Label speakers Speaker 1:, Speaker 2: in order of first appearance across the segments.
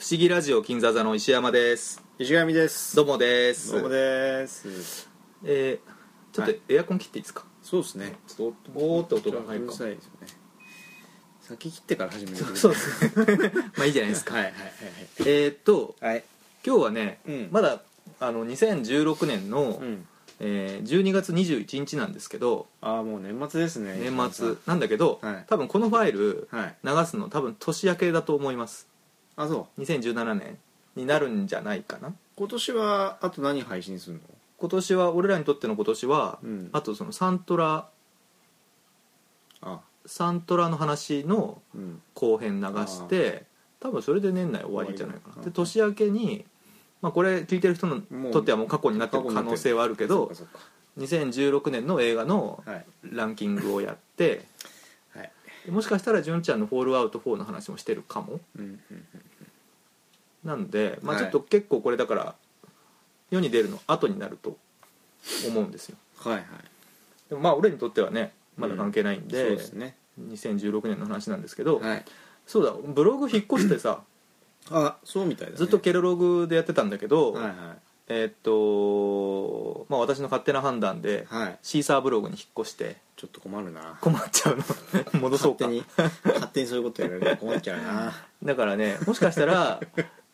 Speaker 1: 思議ラジオ金座座の石山です
Speaker 2: 石上です
Speaker 1: どうもです
Speaker 2: どうもです
Speaker 1: えーちょっと
Speaker 2: はい
Speaker 1: エアコン切っていいですか、
Speaker 2: そうですね
Speaker 1: ちょっとおーって音が入
Speaker 2: う
Speaker 1: る
Speaker 2: る
Speaker 1: か
Speaker 2: さいですよね先切ってから始める
Speaker 1: そう
Speaker 2: う
Speaker 1: ですね まあいいじゃないですか
Speaker 2: はいはい
Speaker 1: えーっと
Speaker 2: はいはい
Speaker 1: 今日はね、
Speaker 2: うん
Speaker 1: まだあの2016年の、
Speaker 2: うん
Speaker 1: えー12月21日なんですけど
Speaker 2: ああもう年末ですね
Speaker 1: 年末なんだけど、
Speaker 2: はい
Speaker 1: 多分このファイル
Speaker 2: はい
Speaker 1: 流すの多分年明けだと思います
Speaker 2: あそう
Speaker 1: 2017年になるんじゃないかな
Speaker 2: 今年はあと何配信するの
Speaker 1: 今年は俺らにとっての今年は、
Speaker 2: うん
Speaker 1: あとそのサントラ
Speaker 2: あ
Speaker 1: サントラの話の
Speaker 2: うん
Speaker 1: 後編流して多分それで年内終わりじゃないか
Speaker 2: 終わりか
Speaker 1: な
Speaker 2: な
Speaker 1: で年明けに、まあ、これ聞いてる人に
Speaker 2: もう
Speaker 1: とってはもう過去になってる可能性はあるけど
Speaker 2: そうかそ
Speaker 1: 2016年の映画の
Speaker 2: うかはい
Speaker 1: ランキングをやって
Speaker 2: はい
Speaker 1: もしかしたら純ちゃんの「フォールアウト4」の話もしてるかも
Speaker 2: うんうんうん
Speaker 1: なんで、まあ、
Speaker 2: はい
Speaker 1: ちょっと結構これだから世に出るの後になると思うんですよ
Speaker 2: はいはい
Speaker 1: でもまあ俺にとってはねまだ関係ないんで,、
Speaker 2: そうですね
Speaker 1: 2016年の話なんですけど、
Speaker 2: はい
Speaker 1: そうだブログ引っ越してさ
Speaker 2: あそうみたいだね
Speaker 1: ずっとケロログでやってたんだけど、
Speaker 2: はいは
Speaker 1: えーっとまあ私の勝手な判断で、
Speaker 2: いはい
Speaker 1: シーサーブログに引っ越して
Speaker 2: ちょっと困るな
Speaker 1: 困っちゃう の戻そ
Speaker 2: 勝
Speaker 1: うか
Speaker 2: 手に勝手にそういうことやられると困っちゃう な
Speaker 1: だからねもしか したら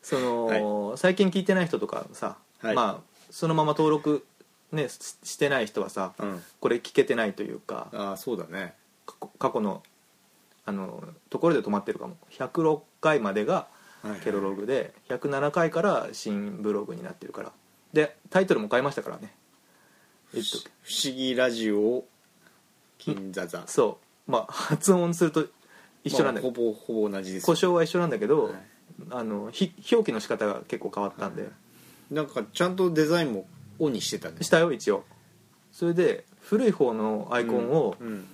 Speaker 1: その、最近聞いてない人とかさ、
Speaker 2: はい
Speaker 1: まあそのまま登録、ね、ししてない人はさ
Speaker 2: うん
Speaker 1: これ聞けてないというか
Speaker 2: ああそうだね
Speaker 1: 過去過去のあのところで止まってるかも106回までが
Speaker 2: はい
Speaker 1: ケロログで107回から新ブログになってるからでタイトルも変えましたからね言っとく
Speaker 2: 不思議ラジオ金座座
Speaker 1: そうまあ発音すると一緒なんだけ
Speaker 2: ま
Speaker 1: ど、
Speaker 2: あほぼほぼ同じです
Speaker 1: 故障は一緒なんだけど、
Speaker 2: はい
Speaker 1: あのひ表記の仕方が結構変わったんで、
Speaker 2: なんかちゃんとデザインも「オ」にしてたね
Speaker 1: したよ一応それで古い方のアイコンを
Speaker 2: うん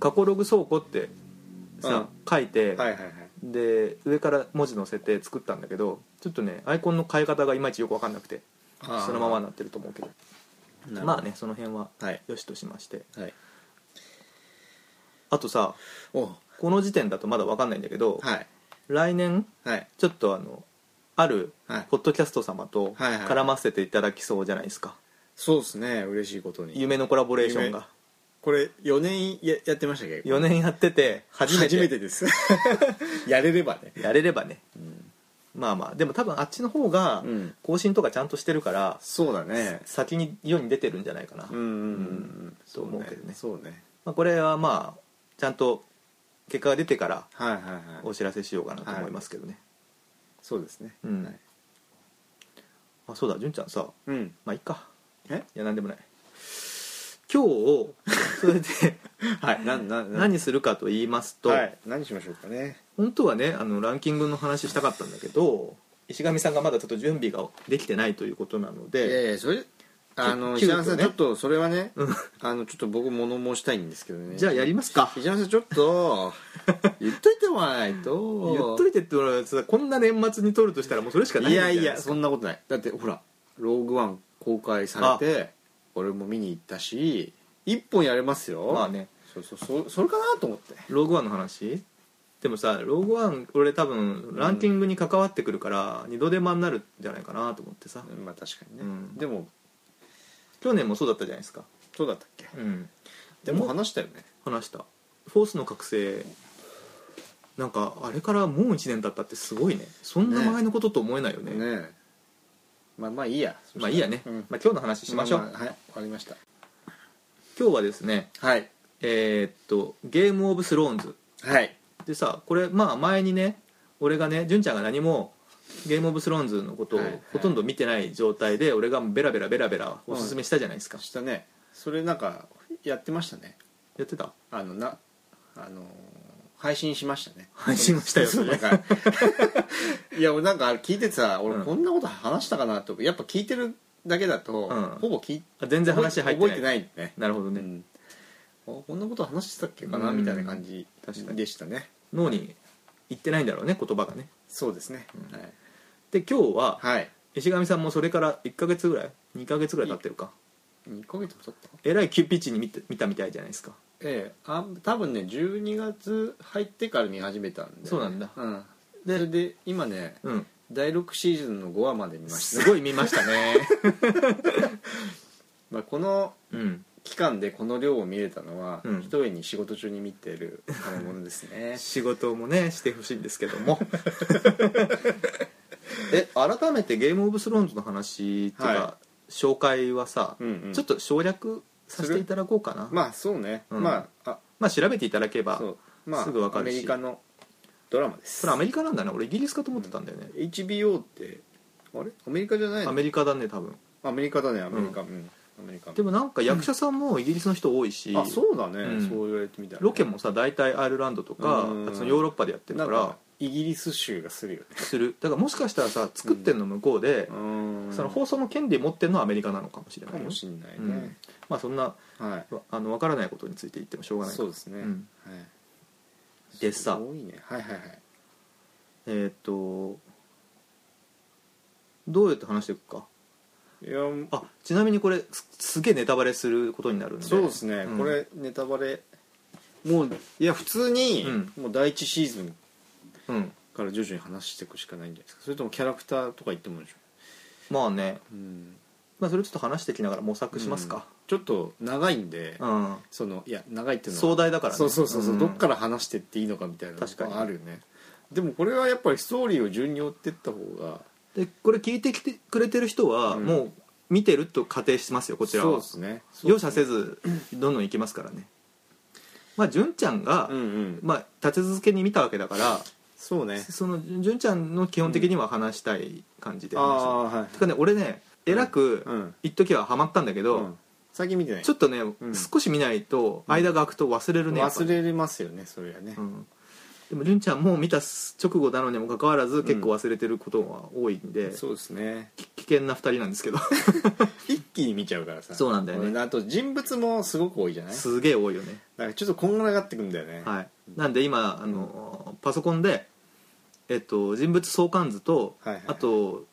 Speaker 1: 過去ログ倉庫ってさ、書いて、
Speaker 2: はいはいはい
Speaker 1: で上から文字載せて作ったんだけどちょっとねアイコンの変え方がいまいちよく分かんなくて
Speaker 2: あー
Speaker 1: そのままになってると思うけど
Speaker 2: なるほど
Speaker 1: まあねその辺は
Speaker 2: はい
Speaker 1: よしとしまして
Speaker 2: はい
Speaker 1: あとさ
Speaker 2: お
Speaker 1: この時点だとまだ分かんないんだけど、
Speaker 2: はい
Speaker 1: 来年
Speaker 2: はい
Speaker 1: ちょっとあのある
Speaker 2: はい
Speaker 1: ポッドキャスト様と
Speaker 2: はいはい
Speaker 1: 絡ませていただきそうじゃないですか、
Speaker 2: そうですね嬉しいことに
Speaker 1: 夢のコラボレーションが
Speaker 2: これ4年ややってましたっけ
Speaker 1: 4年やってて初めて
Speaker 2: 初めてです やれればね
Speaker 1: やれればね
Speaker 2: うん
Speaker 1: まあまあでも多分あっちの方が
Speaker 2: うん
Speaker 1: 更新とかちゃんとしてるから、
Speaker 2: そうだね
Speaker 1: 先に世に出てるんじゃないかな、
Speaker 2: うんうんうんうん
Speaker 1: と思うけどね
Speaker 2: そうね
Speaker 1: まあ、これはまあちゃんと結果が出てから
Speaker 2: はいはいはい
Speaker 1: お知らせしようかなと思いますけどね、
Speaker 2: そうですね
Speaker 1: うん
Speaker 2: はい
Speaker 1: あそうだ純ちゃんさ
Speaker 2: うん
Speaker 1: まあいいか
Speaker 2: え
Speaker 1: いやなんでもない今日をそ れで
Speaker 2: はいなんなんなん
Speaker 1: 何するかと言いますと、
Speaker 2: はい、何しましょうかね
Speaker 1: 本当はねあのランキングの話したかったんだけど石上さんがまだちょっと準備ができてないということなの
Speaker 2: いや
Speaker 1: で
Speaker 2: いやそれあの
Speaker 1: 急
Speaker 2: 石
Speaker 1: 遽ね
Speaker 2: 原さんちょっとそれはね
Speaker 1: うん
Speaker 2: あのちょっと僕物申したいんですけどね
Speaker 1: じゃあやりますか
Speaker 2: 石原さんちょっ と言っといてもらわないと
Speaker 1: 言っといてって俺はさこんな年末に撮るとしたらもうそれしかない
Speaker 2: い
Speaker 1: んじゃな
Speaker 2: やいや
Speaker 1: ですか
Speaker 2: そんなことないだってほら「ローグワン」公開されて俺も見に行ったし一本やれますよ
Speaker 1: まあね
Speaker 2: そうそうそうそれかなと思って
Speaker 1: ローグワンの話でもさローグワン俺多分ランキングに関わってくるから二度手間になるんじゃないかなと思ってさ
Speaker 2: まあ確かにね、
Speaker 1: うん
Speaker 2: でも
Speaker 1: 去年もそうだったじゃないですか
Speaker 2: そうだったっけ
Speaker 1: うん
Speaker 2: でも話したよね
Speaker 1: 話したフォースの覚醒なんかあれからもう1年経ったってすごいねそんな前のことと思えないよね
Speaker 2: ねえまあまあいいや
Speaker 1: まあいいやね、
Speaker 2: うん
Speaker 1: まあ、今日の話しましょう、
Speaker 2: ああはいわかりました
Speaker 1: 今日はですね
Speaker 2: はい
Speaker 1: えーっとゲームオブスローンズ
Speaker 2: はい
Speaker 1: でさこれまあ前にね俺がね純ちゃんが何もゲームオブスローンズのことを
Speaker 2: はいはい
Speaker 1: ほとんど見てない状態で俺がベラベラベラベラおすすめしたじゃないですか、
Speaker 2: したねそれなんかやってましたね
Speaker 1: やってた
Speaker 2: あのなあのー配信しましたね
Speaker 1: 配信もしたよ
Speaker 2: そう
Speaker 1: それ
Speaker 2: なん かいや俺なんかあれ聞いててさ
Speaker 1: う
Speaker 2: 俺
Speaker 1: ん
Speaker 2: こんなこと話したかなとやっぱ聞いてるだけだと、
Speaker 1: うん
Speaker 2: ほぼ聞い
Speaker 1: あ全然話入ってない
Speaker 2: 覚えてないね
Speaker 1: なるほどね、
Speaker 2: ね、うんあこんなこと話してたっけかな、
Speaker 1: うん
Speaker 2: みたいな感じ
Speaker 1: 確かに
Speaker 2: でしたね
Speaker 1: 脳に言ってないんだろうね言葉がね
Speaker 2: そうですね、
Speaker 1: うん
Speaker 2: はい、
Speaker 1: で今日は
Speaker 2: はい、
Speaker 1: 石上さんもそれから1ヶ月ぐらい2ヶ月ぐらい経ってるか
Speaker 2: 2ヶ月も経った
Speaker 1: えらい急ピッチに見て見たみたいじゃないですか
Speaker 2: ええあ多分ね12月入ってから見始めたんで
Speaker 1: そうなんだ
Speaker 2: うん、
Speaker 1: で
Speaker 2: それで今ね
Speaker 1: うん
Speaker 2: 第6シーズンの5話まで見ました、
Speaker 1: すごい見ましたね
Speaker 2: まあ、この
Speaker 1: うん
Speaker 2: 期間でこの量を見れたのは、
Speaker 1: うん
Speaker 2: ひとえに仕事中に見てる金物です ね
Speaker 1: 仕事もねしてほしいんですけども え改めて「ゲームオブスローンズ」の話っていうか、
Speaker 2: は
Speaker 1: 紹介はさ、
Speaker 2: うん、うん、
Speaker 1: ちょっと省略させていただこうかなま
Speaker 2: まあそうね、
Speaker 1: うん
Speaker 2: まあ
Speaker 1: あ調べていただけ
Speaker 2: あ
Speaker 1: ば
Speaker 2: そうまあ
Speaker 1: すぐわか
Speaker 2: ア
Speaker 1: る
Speaker 2: メ
Speaker 1: し
Speaker 2: リカのドラマです
Speaker 1: それアメリカなんだね俺イギリスかと思ってたんだよね、
Speaker 2: HBO ってあれアメリカじゃないの
Speaker 1: アメリカだね多分
Speaker 2: アメリカだねアメリカ、うんアメリカ
Speaker 1: でもなんか役者さんもイギリスの人多いし、
Speaker 2: あそうだね、
Speaker 1: うん
Speaker 2: そう言われてみたらね、
Speaker 1: ロケもさ大体アイルランドとか
Speaker 2: うん
Speaker 1: そのヨーロッパでやってる
Speaker 2: な
Speaker 1: か
Speaker 2: ん
Speaker 1: ら
Speaker 2: イギリス州がするよね
Speaker 1: するだからもしかしたらさ作ってんの向こうで、
Speaker 2: うん
Speaker 1: その放送の権利持ってるのはアメリカなのかもしれな
Speaker 2: か
Speaker 1: いよ
Speaker 2: もしんない
Speaker 1: うん
Speaker 2: ね、
Speaker 1: まあそんな
Speaker 2: はい
Speaker 1: あの分からないことについて言ってもしょうがない
Speaker 2: そうですね、
Speaker 1: うん
Speaker 2: はい
Speaker 1: でさ
Speaker 2: すごいねはいはいはい
Speaker 1: えーっとどうやって話していくか
Speaker 2: いや
Speaker 1: あちなみにこれすすげえネタバレすることになるんで
Speaker 2: そうですね、
Speaker 1: うん
Speaker 2: これネタバレもういや普通に、
Speaker 1: うん
Speaker 2: もう第一シーズン
Speaker 1: うん
Speaker 2: から徐々に話していくしかないんじゃないですかそれともキャラクターとか言ってもいいでしょ、
Speaker 1: まあね、
Speaker 2: うん、
Speaker 1: まあ、それちょっと話してきながら模索しますか
Speaker 2: ちょっと長いんで、
Speaker 1: うん、
Speaker 2: そのいや長いっていうのは
Speaker 1: 壮大だからね
Speaker 2: そうそうそうそう、
Speaker 1: うん
Speaker 2: どっから話してっていいのかみたいなの
Speaker 1: 確かに
Speaker 2: あるよねでもこれはやっぱりストーリーを順に追ってった方が
Speaker 1: でこれ聞いてきてくれてる人は
Speaker 2: うん
Speaker 1: もう見てると仮定しますよこちら
Speaker 2: そう
Speaker 1: は
Speaker 2: ですね
Speaker 1: 容赦せずどんどんいきますからねまあ純ちゃんが、
Speaker 2: うんうん
Speaker 1: まあ、立て続けに見たわけだから
Speaker 2: そうね
Speaker 1: その純ちゃんの基本的には話したい感じで
Speaker 2: あ
Speaker 1: 話す、
Speaker 2: あはい
Speaker 1: てかね俺ねえらく
Speaker 2: うん
Speaker 1: 一時はハマったんだけど、
Speaker 2: うん最近見てない
Speaker 1: ちょっとね、
Speaker 2: ん
Speaker 1: 少し見ないと間が空くと忘れるねやっぱ
Speaker 2: 忘
Speaker 1: り
Speaker 2: れれますよねそれはね、
Speaker 1: うん、でも純ちゃんもう見た直後なのにもかかわらず結構忘れてることは多いんで、
Speaker 2: そうですね
Speaker 1: き危険な2人なんですけど
Speaker 2: 一気に見ちゃうからさ
Speaker 1: そうなんだよね
Speaker 2: 俺あと人物もすごく多いじゃない だ
Speaker 1: すげえ多いよね
Speaker 2: からちょっとこんがらがってくんだよね、
Speaker 1: はい、なんで今あの、パソコンで、えっと、人物相関図と、
Speaker 2: はいはい
Speaker 1: あと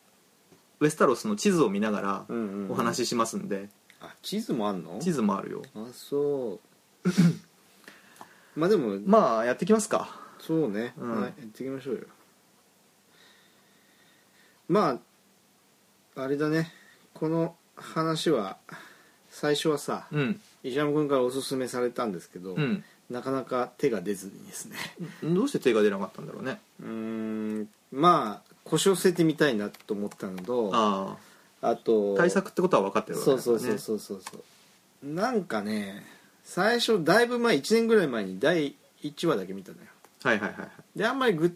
Speaker 1: ウェスタロスの地図を見なが
Speaker 2: う
Speaker 1: ら
Speaker 2: んうんうん
Speaker 1: お話ししますんで、
Speaker 2: あ地図もあんの
Speaker 1: 地図もあるよ
Speaker 2: あそう まあでも
Speaker 1: まあやってきますか
Speaker 2: そうね、
Speaker 1: うん
Speaker 2: はいやっていきましょうよまああれだねこの話は最初はさ
Speaker 1: うん
Speaker 2: 石山君からおすすめされたんですけど、
Speaker 1: うん
Speaker 2: なかなか手が出ずにですね
Speaker 1: どうして手が出なかったんだろうね
Speaker 2: うーんまあ腰を据えてみたいなと思ったのとあ
Speaker 1: あ
Speaker 2: と
Speaker 1: あ対策ってことは分かってるわけだ
Speaker 2: そう
Speaker 1: から
Speaker 2: そうそうそうそうそう、なんかね最初だいぶ前1年ぐらい前に第1話だけ見たのよ
Speaker 1: はいはいはいはい
Speaker 2: であんまりグッ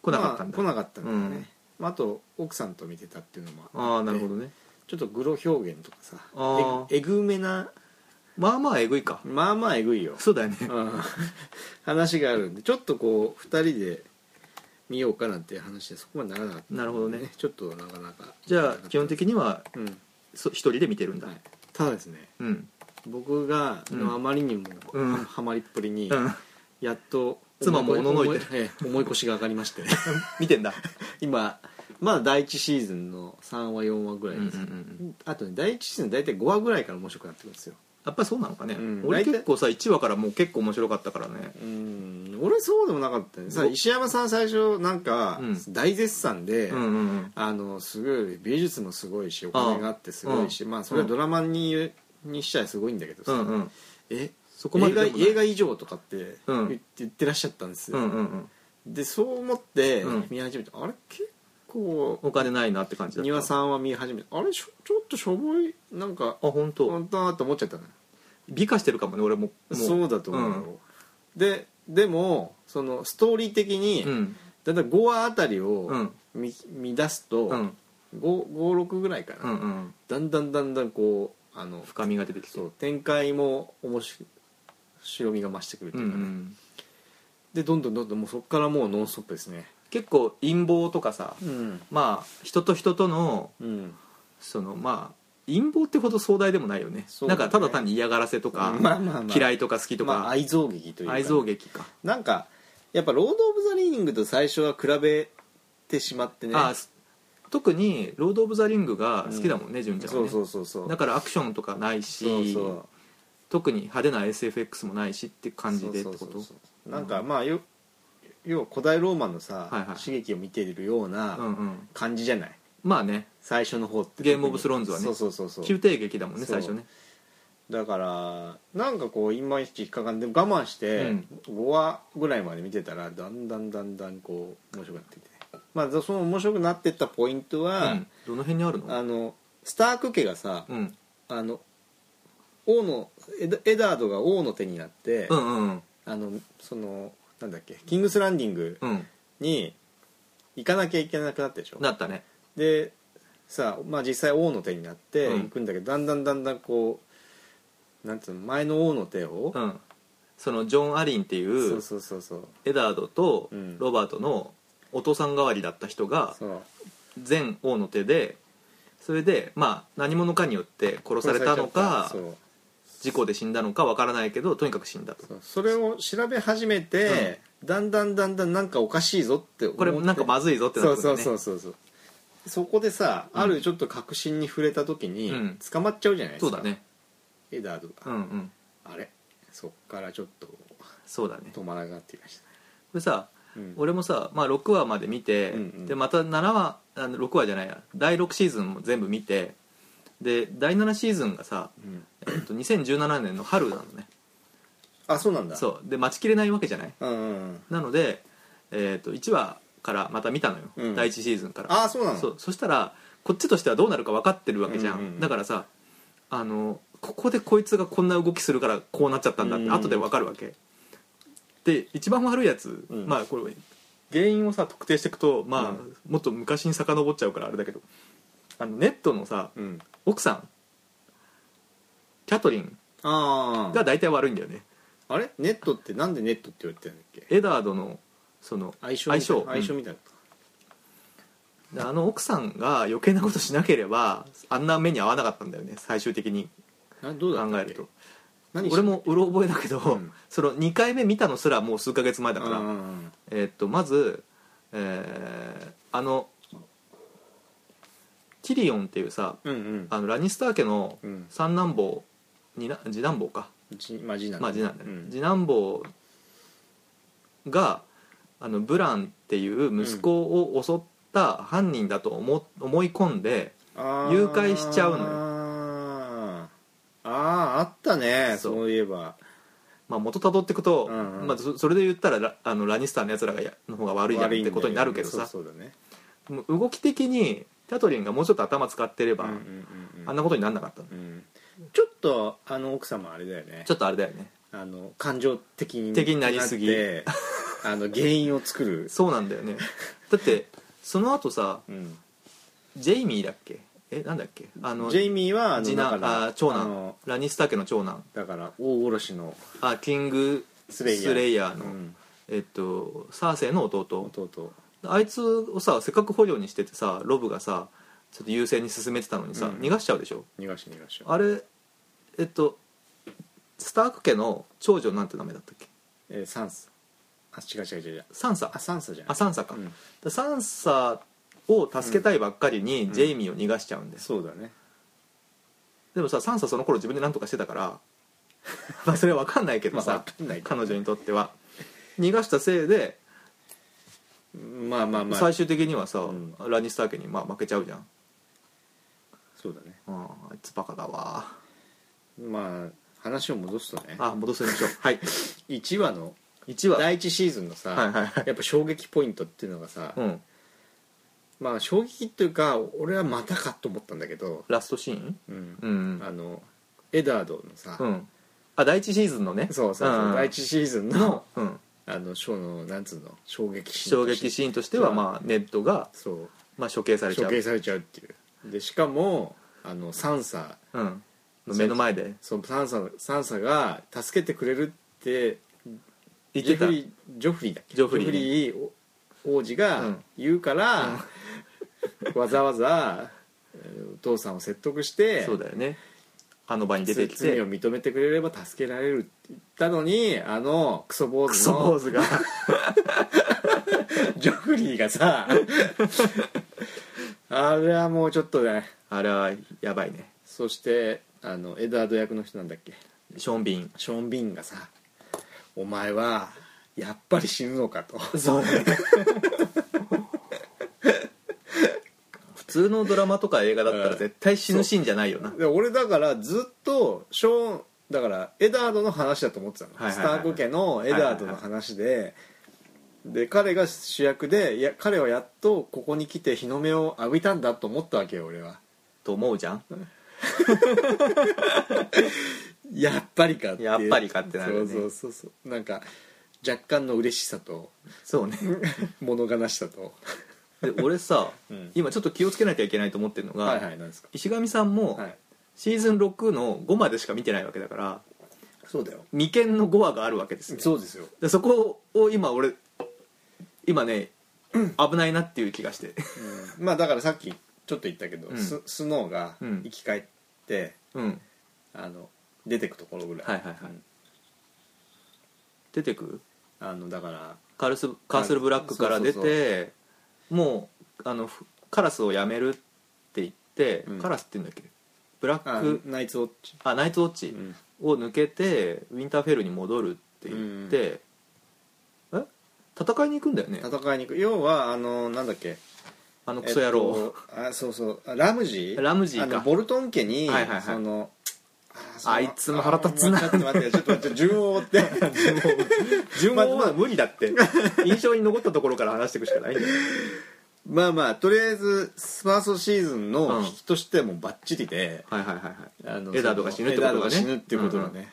Speaker 1: 来なかったんだ、
Speaker 2: まあ来なかったんだよね、
Speaker 1: うん
Speaker 2: まあ、あと奥さんと見てたっていうのも
Speaker 1: ああなるほ
Speaker 2: ど
Speaker 1: どね
Speaker 2: ちょっとグロ表現とかさ
Speaker 1: あー
Speaker 2: えぐえぐめな
Speaker 1: まあまあえぐいか
Speaker 2: まあまあえぐいよ、
Speaker 1: そうだよね
Speaker 2: うん話があるんでちょっとこう2人で見ようかなんていう話でそこまでならなかった
Speaker 1: なるほどね
Speaker 2: ちょっとなかなか
Speaker 1: じゃあ基本
Speaker 2: に、
Speaker 1: 的には
Speaker 2: うん
Speaker 1: そ一人で見てるんだ、
Speaker 2: はい、ただですね
Speaker 1: うん
Speaker 2: 僕が
Speaker 1: うん
Speaker 2: のあまりにも
Speaker 1: うん
Speaker 2: ハマりっぷりに、
Speaker 1: うん
Speaker 2: やっと
Speaker 1: 妻もおののいてる
Speaker 2: 思ええ思い越しが上がりまして
Speaker 1: 見てんだ
Speaker 2: 今まだ第1シーズンの3話4話ぐらいです、
Speaker 1: うんうんうん
Speaker 2: あとね第1シーズン大体5話ぐらいから面白くなってくるんですよ
Speaker 1: やっぱりそうなのかね、
Speaker 2: うん
Speaker 1: 俺
Speaker 2: 大体
Speaker 1: 結構さ1話からもう結構面白かったからね
Speaker 2: うん俺そうでもなかったねさ
Speaker 1: ご
Speaker 2: 石山さん最初なんか
Speaker 1: うん
Speaker 2: 大絶賛で、
Speaker 1: うんうんうん
Speaker 2: あのすごい美術もすごいしお金があってすごいし
Speaker 1: うん
Speaker 2: まあそれはドラマににしちゃすごいんだけど
Speaker 1: う
Speaker 2: さ、
Speaker 1: んうん
Speaker 2: え
Speaker 1: そこま
Speaker 2: 映
Speaker 1: で
Speaker 2: 画
Speaker 1: でもない
Speaker 2: 映画以上とかって言,、
Speaker 1: うん
Speaker 2: 言ってらっしゃったんです
Speaker 1: う
Speaker 2: よ、
Speaker 1: んうんうん
Speaker 2: でそう思って
Speaker 1: うん
Speaker 2: 見始めて、あれ結構
Speaker 1: お金ないなって感じだった
Speaker 2: 庭さんは見始めてあれしょちょっとしょぼいなんか
Speaker 1: あ本当。
Speaker 2: 本当だなと思っちゃったね
Speaker 1: 美化してるかもね俺もも
Speaker 2: そううだと思うよ、ででもそのストーリー的に、
Speaker 1: うん
Speaker 2: だんだん5話あたり
Speaker 1: う
Speaker 2: を
Speaker 1: ん
Speaker 2: 見,、見出すと、
Speaker 1: うん
Speaker 2: 556ぐらいか
Speaker 1: う
Speaker 2: な、
Speaker 1: んうん
Speaker 2: だんだんだんだんこうあの
Speaker 1: 深みが出てきて
Speaker 2: そう展開も面白みが増してくると
Speaker 1: う
Speaker 2: い
Speaker 1: ん
Speaker 2: う
Speaker 1: う
Speaker 2: かね、
Speaker 1: ん
Speaker 2: でどんどんどんどんもうそこからもうノンストップですね
Speaker 1: 結構陰謀とかさ
Speaker 2: うん
Speaker 1: まあ人と人との
Speaker 2: うん
Speaker 1: そのまあ陰謀ってほど壮大でもないよね
Speaker 2: そうだ
Speaker 1: なん
Speaker 2: ね
Speaker 1: かただ単に嫌がらせとか、
Speaker 2: まあまあまあ
Speaker 1: 嫌いとか好きとか、
Speaker 2: まあ、愛憎劇というかね、
Speaker 1: 愛憎劇か、
Speaker 2: なんかやっぱ「ロード・オブ・ザ・リーニング」と最初は比べてしまってね
Speaker 1: あす特に「ロード・オブ・ザ・リング」が好きだもんね、純ちゃんは
Speaker 2: そ
Speaker 1: ね
Speaker 2: うそうそうそう
Speaker 1: だからアクションとかないし
Speaker 2: そうそう
Speaker 1: 特に派手な SFX もないしって感じでってこ
Speaker 2: そうそう
Speaker 1: と
Speaker 2: そうそうなんかまあよ要は古代ローマのさ、
Speaker 1: はいはい
Speaker 2: 刺激を見ているよう
Speaker 1: うんう
Speaker 2: なん感じじゃない、
Speaker 1: まあね
Speaker 2: 最初の方って
Speaker 1: ゲームオブスローンズはね
Speaker 2: そうそうそうそう
Speaker 1: 宮廷劇だもんね
Speaker 2: そう
Speaker 1: 最初ね
Speaker 2: だからなんかこういまいち引っかかんで我慢して
Speaker 1: うん
Speaker 2: 5話ぐらいまで見てたらだんだんだんだんこう面白くなってきてまあその面白くなってったポイント
Speaker 1: う
Speaker 2: は
Speaker 1: ん、どの辺にある
Speaker 2: あ
Speaker 1: の
Speaker 2: のスターク家がさ、
Speaker 1: うん
Speaker 2: あの王のエダエダードが王の手になって、
Speaker 1: うんうん
Speaker 2: あのそのなんだっけキングスランディング
Speaker 1: うん
Speaker 2: に行かなきゃいけなくなったでしょ
Speaker 1: なったね
Speaker 2: でさまあ実際王の手になって
Speaker 1: うん
Speaker 2: 行くんだけど、だんだんだんだんこうなんつうの前の王の手を、
Speaker 1: うんそのジョン・アリンってい
Speaker 2: そううそうそうそう
Speaker 1: エダードと
Speaker 2: うん
Speaker 1: ロバートのお父さん代わりだった人が
Speaker 2: そう
Speaker 1: 前王の手でそれでまあ何者かによって殺されたのか
Speaker 2: そう
Speaker 1: 事故で死んだのかわからないけどとにかく死んだと
Speaker 2: そうそれを調べ始めて、だんだんだんだんなんかおかしいぞって思って
Speaker 1: これなんかまずいぞってな
Speaker 2: そ
Speaker 1: っ
Speaker 2: う
Speaker 1: てく
Speaker 2: そ
Speaker 1: る
Speaker 2: う
Speaker 1: ね
Speaker 2: そうそうそうそこでさ、あるちょっと確信に触れた時に
Speaker 1: うん
Speaker 2: 捕まっちゃうじゃないです
Speaker 1: そ
Speaker 2: か、
Speaker 1: うだね
Speaker 2: エダードが、
Speaker 1: うんうん
Speaker 2: あれそっからちょっと
Speaker 1: そうだねこ
Speaker 2: 止まらなくなってきましたね
Speaker 1: れさ
Speaker 2: うん
Speaker 1: 俺もさ、まあ、6話まで見て、
Speaker 2: うんうん
Speaker 1: でまた7話あの6話じゃないや第6シーズンも全部見てで第7シーズンがさ、
Speaker 2: うん
Speaker 1: えっと、2017年の春なのね
Speaker 2: あそうなんだ
Speaker 1: そうで待ちきれないわけじゃない
Speaker 2: うんうんうん
Speaker 1: なので、えっと1話からまた見たのよ、
Speaker 2: うん
Speaker 1: 第1シーズンから
Speaker 2: ああそうなの
Speaker 1: そうそしたらこっちとしてはどうなるか分かってるわけじゃん,、
Speaker 2: うんうんうん
Speaker 1: だからさあのここでこいつがこんな動きするからこうなっちゃったんだっ
Speaker 2: う
Speaker 1: て
Speaker 2: んうん
Speaker 1: 後で分かるわけ、で一番悪いやつ、
Speaker 2: うん
Speaker 1: まあこれ原因をさ特定していくと、まあ
Speaker 2: うん
Speaker 1: もっと昔に遡っちゃうからあれだけどあのネットのさ
Speaker 2: うん
Speaker 1: 奥さんキャトリン
Speaker 2: あ
Speaker 1: が
Speaker 2: あ
Speaker 1: 大体悪いんだよね、
Speaker 2: あれネットってなんでネットって言われてたんだっけ
Speaker 1: エダードのその
Speaker 2: 相性みたいな
Speaker 1: 相性
Speaker 2: 相性みたいなこと
Speaker 1: であの奥さんが余計なことしなければあんな目に遭わなかったんだよね最終的に
Speaker 2: などうだ
Speaker 1: 考
Speaker 2: ったっけ
Speaker 1: えると
Speaker 2: 何して
Speaker 1: 俺もうろ覚えだけど、
Speaker 2: うん
Speaker 1: その2回目見たのすらもう数ヶ月前だから、
Speaker 2: うんうんうん
Speaker 1: えーっとまず、えーあのティリオンっていうさ
Speaker 2: うんうん
Speaker 1: あのラニスター家の
Speaker 2: うん
Speaker 1: 三男坊二男次男坊か
Speaker 2: じまあ次男
Speaker 1: まあ次男だね、
Speaker 2: うん
Speaker 1: 次男坊があのブランっていう息子を襲った犯人だと思思い込んで、
Speaker 2: あー
Speaker 1: 誘拐しちゃうのよ
Speaker 2: あーあったね
Speaker 1: そう
Speaker 2: そういえば
Speaker 1: まあ、元たどっていくと、
Speaker 2: うんうん
Speaker 1: まあ、そそれで言ったらラあのラニスターのやつらがやの方が悪いじゃんってことになるけどさ
Speaker 2: 悪いんだよねそうそうだね
Speaker 1: もう動き的にキャトリンがもうちょっと頭使ってれば、
Speaker 2: うんうんうん
Speaker 1: あんなことになんなかったの
Speaker 2: うんちょっとあの奥様あれだよね
Speaker 1: ちょっとあれだよ ね
Speaker 2: あの感情的に
Speaker 1: 的になりすぎ
Speaker 2: なってあの原因を作る、
Speaker 1: そうなんだよねだってその後さ
Speaker 2: うん、
Speaker 1: ジェイミーだっけえなんだっけあの
Speaker 2: ジェイミーはあの
Speaker 1: 次
Speaker 2: だか
Speaker 1: 男
Speaker 2: ら
Speaker 1: あ長
Speaker 2: あ
Speaker 1: 男
Speaker 2: の
Speaker 1: ラニスタ家の長男
Speaker 2: だから大殺しの
Speaker 1: あキング
Speaker 2: スレイヤー
Speaker 1: スレイヤーの、
Speaker 2: うん
Speaker 1: えっと、サーセイの弟
Speaker 2: 弟
Speaker 1: あいつをさせっかく捕虜にしててさロブがさちょっと優勢に進めてたのにさ、
Speaker 2: うん
Speaker 1: 逃がしちゃうでしょ
Speaker 2: 逃がし逃がし
Speaker 1: あれえっとスターク家の長女なんて名前だったっけ
Speaker 2: えー、サンスあ違う違う違う違う
Speaker 1: サンサ
Speaker 2: あサンサじゃない
Speaker 1: あサンサか、
Speaker 2: うん
Speaker 1: でサンサを助けたいばっかりにジェイミーを逃がしちゃうんです、
Speaker 2: そうだね
Speaker 1: でもさサンサその頃自分で何とかしてたから まあそれは分かんないけど
Speaker 2: まあ
Speaker 1: さ
Speaker 2: わ、かんないけど
Speaker 1: 彼女にとっては逃がしたせいで
Speaker 2: まあまあまあ
Speaker 1: 最終的にはさ、
Speaker 2: うん
Speaker 1: ラニスター家にまあ負けちゃうじゃん、
Speaker 2: そうだね
Speaker 1: うん、あいつバカだわ
Speaker 2: まあ話を戻すとね
Speaker 1: あ戻せましょう はい
Speaker 2: 1話の
Speaker 1: 1話
Speaker 2: 第1シーズンのさ、
Speaker 1: はいはいはい
Speaker 2: やっぱ衝撃ポイントっていうのがさ、
Speaker 1: うん
Speaker 2: まあ衝撃っていうか俺はまたかと思ったんだけど、
Speaker 1: ラストシーン
Speaker 2: うん
Speaker 1: うん
Speaker 2: あのエダードのさ、
Speaker 1: うんあ第一シーズンのね
Speaker 2: そうそうそう、
Speaker 1: ん
Speaker 2: 第1シーズンの
Speaker 1: の、うん、
Speaker 2: あのショーのなんつうの衝撃シーン
Speaker 1: 衝
Speaker 2: として
Speaker 1: 撃シーンとしてはまあネットが、
Speaker 2: そう
Speaker 1: まあ、処刑されち
Speaker 2: 処
Speaker 1: ゃ
Speaker 2: 刑
Speaker 1: う、
Speaker 2: されちゃうっていうでしかもあのサンサ
Speaker 1: うん、の目の前で
Speaker 2: そのサンササンサが助けてくれるって
Speaker 1: 言って
Speaker 2: ジョフ
Speaker 1: た
Speaker 2: リージョフリーだっけ
Speaker 1: ジョフリーね
Speaker 2: 王子
Speaker 1: う
Speaker 2: が
Speaker 1: ん
Speaker 2: 言うから、わざわざえーお父さんを説得して
Speaker 1: そうだよねあの場に出てき
Speaker 2: 罪
Speaker 1: て
Speaker 2: を認めてくれれば助けられるって言ったのにあのクソ坊
Speaker 1: ク
Speaker 2: 主
Speaker 1: ソ
Speaker 2: の
Speaker 1: 坊主が
Speaker 2: ジョフリー がさあれはもうちょっとね
Speaker 1: あれはやばいね
Speaker 2: そしてあのエダード役の人なんだっけ
Speaker 1: ションビン
Speaker 2: ショーン・ビンがさ「お前はやっぱり死ぬのかと
Speaker 1: そうだね普通のドラマとか映画だったら絶対死ぬシーンじゃないよな
Speaker 2: で俺だからずっとショーンだからエダードの話だと思ってたの、
Speaker 1: はいはいはい
Speaker 2: スターク家のエダードの話で、で彼が主役でいや彼はやっとここに来て日の目を浴びたんだと思ったわけよ俺は
Speaker 1: と思うじゃん
Speaker 2: やっぱりかっていう
Speaker 1: やっぱりかってなるよね
Speaker 2: そうそうそうそうなんか若干の嬉しさと
Speaker 1: そう ね
Speaker 2: 物悲しさと
Speaker 1: で俺さ、
Speaker 2: うん
Speaker 1: 今ちょっと気をつけなきゃいけないと思ってるのが、
Speaker 2: はいはいなんですか
Speaker 1: 石上さんも
Speaker 2: はい
Speaker 1: シーズン6の5までしか見てないわけだから
Speaker 2: そうだよ
Speaker 1: 未見の5話があるわけですよ
Speaker 2: そうですよ
Speaker 1: でそこを今俺今ね危ないなっていう気がして
Speaker 2: まあだからさっきちょっと言ったけど、
Speaker 1: うん
Speaker 2: ススノーが
Speaker 1: うん
Speaker 2: 生き返って、
Speaker 1: うん
Speaker 2: あの出てくところぐらい、
Speaker 1: はいはいはい
Speaker 2: うん
Speaker 1: 出てく
Speaker 2: あのだから
Speaker 1: カルスカーソルブラックから出
Speaker 2: そう
Speaker 1: てもうあのふカラスをやめるって言って、
Speaker 2: うん
Speaker 1: カラスって言うんだっけブラッ
Speaker 2: あ
Speaker 1: ク
Speaker 2: ナイツウォッチ、
Speaker 1: あナイツウォッチを抜けてウィンターフェルに戻るって言って、え戦いに行くんだよね
Speaker 2: 戦いに行く要はあのなんだっけ
Speaker 1: あのクソ野郎、
Speaker 2: えっとあそうそうあラムジー
Speaker 1: ラムジーか
Speaker 2: あのボルトン家に、
Speaker 1: はいはいはい
Speaker 2: そのあその
Speaker 1: あいつも腹立つな
Speaker 2: あちょっと待ってちょっと待って順を追って
Speaker 1: 順応
Speaker 2: まあま
Speaker 1: は
Speaker 2: あ
Speaker 1: 無理だ って印象に残ったところから話していくしかないんだよ
Speaker 2: まあまあとりあえずファーストシーズンの引きとしてもバッチリで、
Speaker 1: はいはいはいはい
Speaker 2: あの
Speaker 1: エダードが死ぬってことだね
Speaker 2: エダードが死ぬっていうことだね、
Speaker 1: うん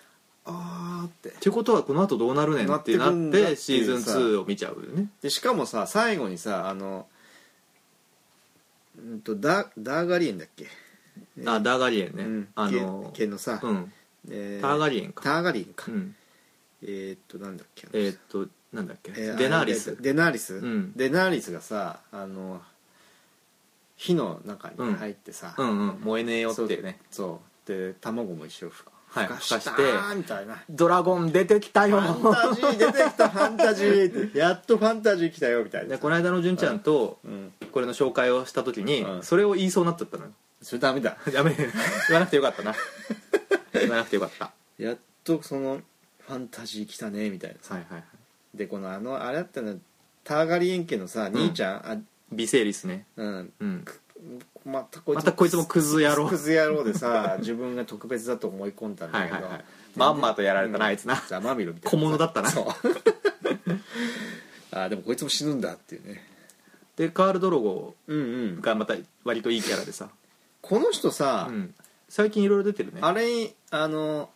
Speaker 2: あーって
Speaker 1: ってことはこの後どうなるねんってな
Speaker 2: なってくん
Speaker 1: っ
Speaker 2: だ
Speaker 1: て
Speaker 2: っていうさ
Speaker 1: シーズン2を見ちゃうよね
Speaker 2: でしかもさ最後にさあのうんとダダーガリエンだっけ、
Speaker 1: あダーガリエンね、
Speaker 2: うん
Speaker 1: あの
Speaker 2: けけのさ、
Speaker 1: うん
Speaker 2: え
Speaker 1: ターガリエンか
Speaker 2: ターガリエンか、
Speaker 1: うん
Speaker 2: えーっとなんだっけ
Speaker 1: えーっとなんだっけ、
Speaker 2: えー
Speaker 1: デナーリス
Speaker 2: あデナーリス、
Speaker 1: うん
Speaker 2: デナーリスがさあの火の中に入ってさ、
Speaker 1: うんうん燃えねえよっていうね
Speaker 2: そうで卵も一緒ふ
Speaker 1: はい
Speaker 2: ふかした
Speaker 1: ふかして
Speaker 2: みたいな
Speaker 1: ドラゴン出てきた
Speaker 2: フ
Speaker 1: よ
Speaker 2: ァンタジー出てきたファンタジーってやっとファンタジー来たよみたいな
Speaker 1: でこの間の純ちゃんと
Speaker 2: うん、
Speaker 1: これの紹介をした時に
Speaker 2: うん
Speaker 1: それを言いそうになっちゃった のよ
Speaker 2: それダメだ
Speaker 1: やめ言わなくてよかったな言わなくてよかった
Speaker 2: やっとそのファンタジー来たねみたいなさ
Speaker 1: はいはいはい
Speaker 2: でこのあのあれだったのターガリエン家のさ兄ちゃん、
Speaker 1: ビセイリスね
Speaker 2: あうん
Speaker 1: うん
Speaker 2: またこいつ
Speaker 1: またこいつもクズ野郎
Speaker 2: クズ野郎でさ 自分が特別だと思い込んだんだ
Speaker 1: はい
Speaker 2: けど、
Speaker 1: はいはいまんまとやられたなあいつな
Speaker 2: ざまみろみたいな
Speaker 1: 小物だったな
Speaker 2: そう あーでもこいつも死ぬんだっていうね
Speaker 1: でカール・ドロゴ
Speaker 2: うんうん
Speaker 1: がまた割といいキャラでさ、
Speaker 2: この人さ、
Speaker 1: うん、最近いろいろ出てるね
Speaker 2: あれにあの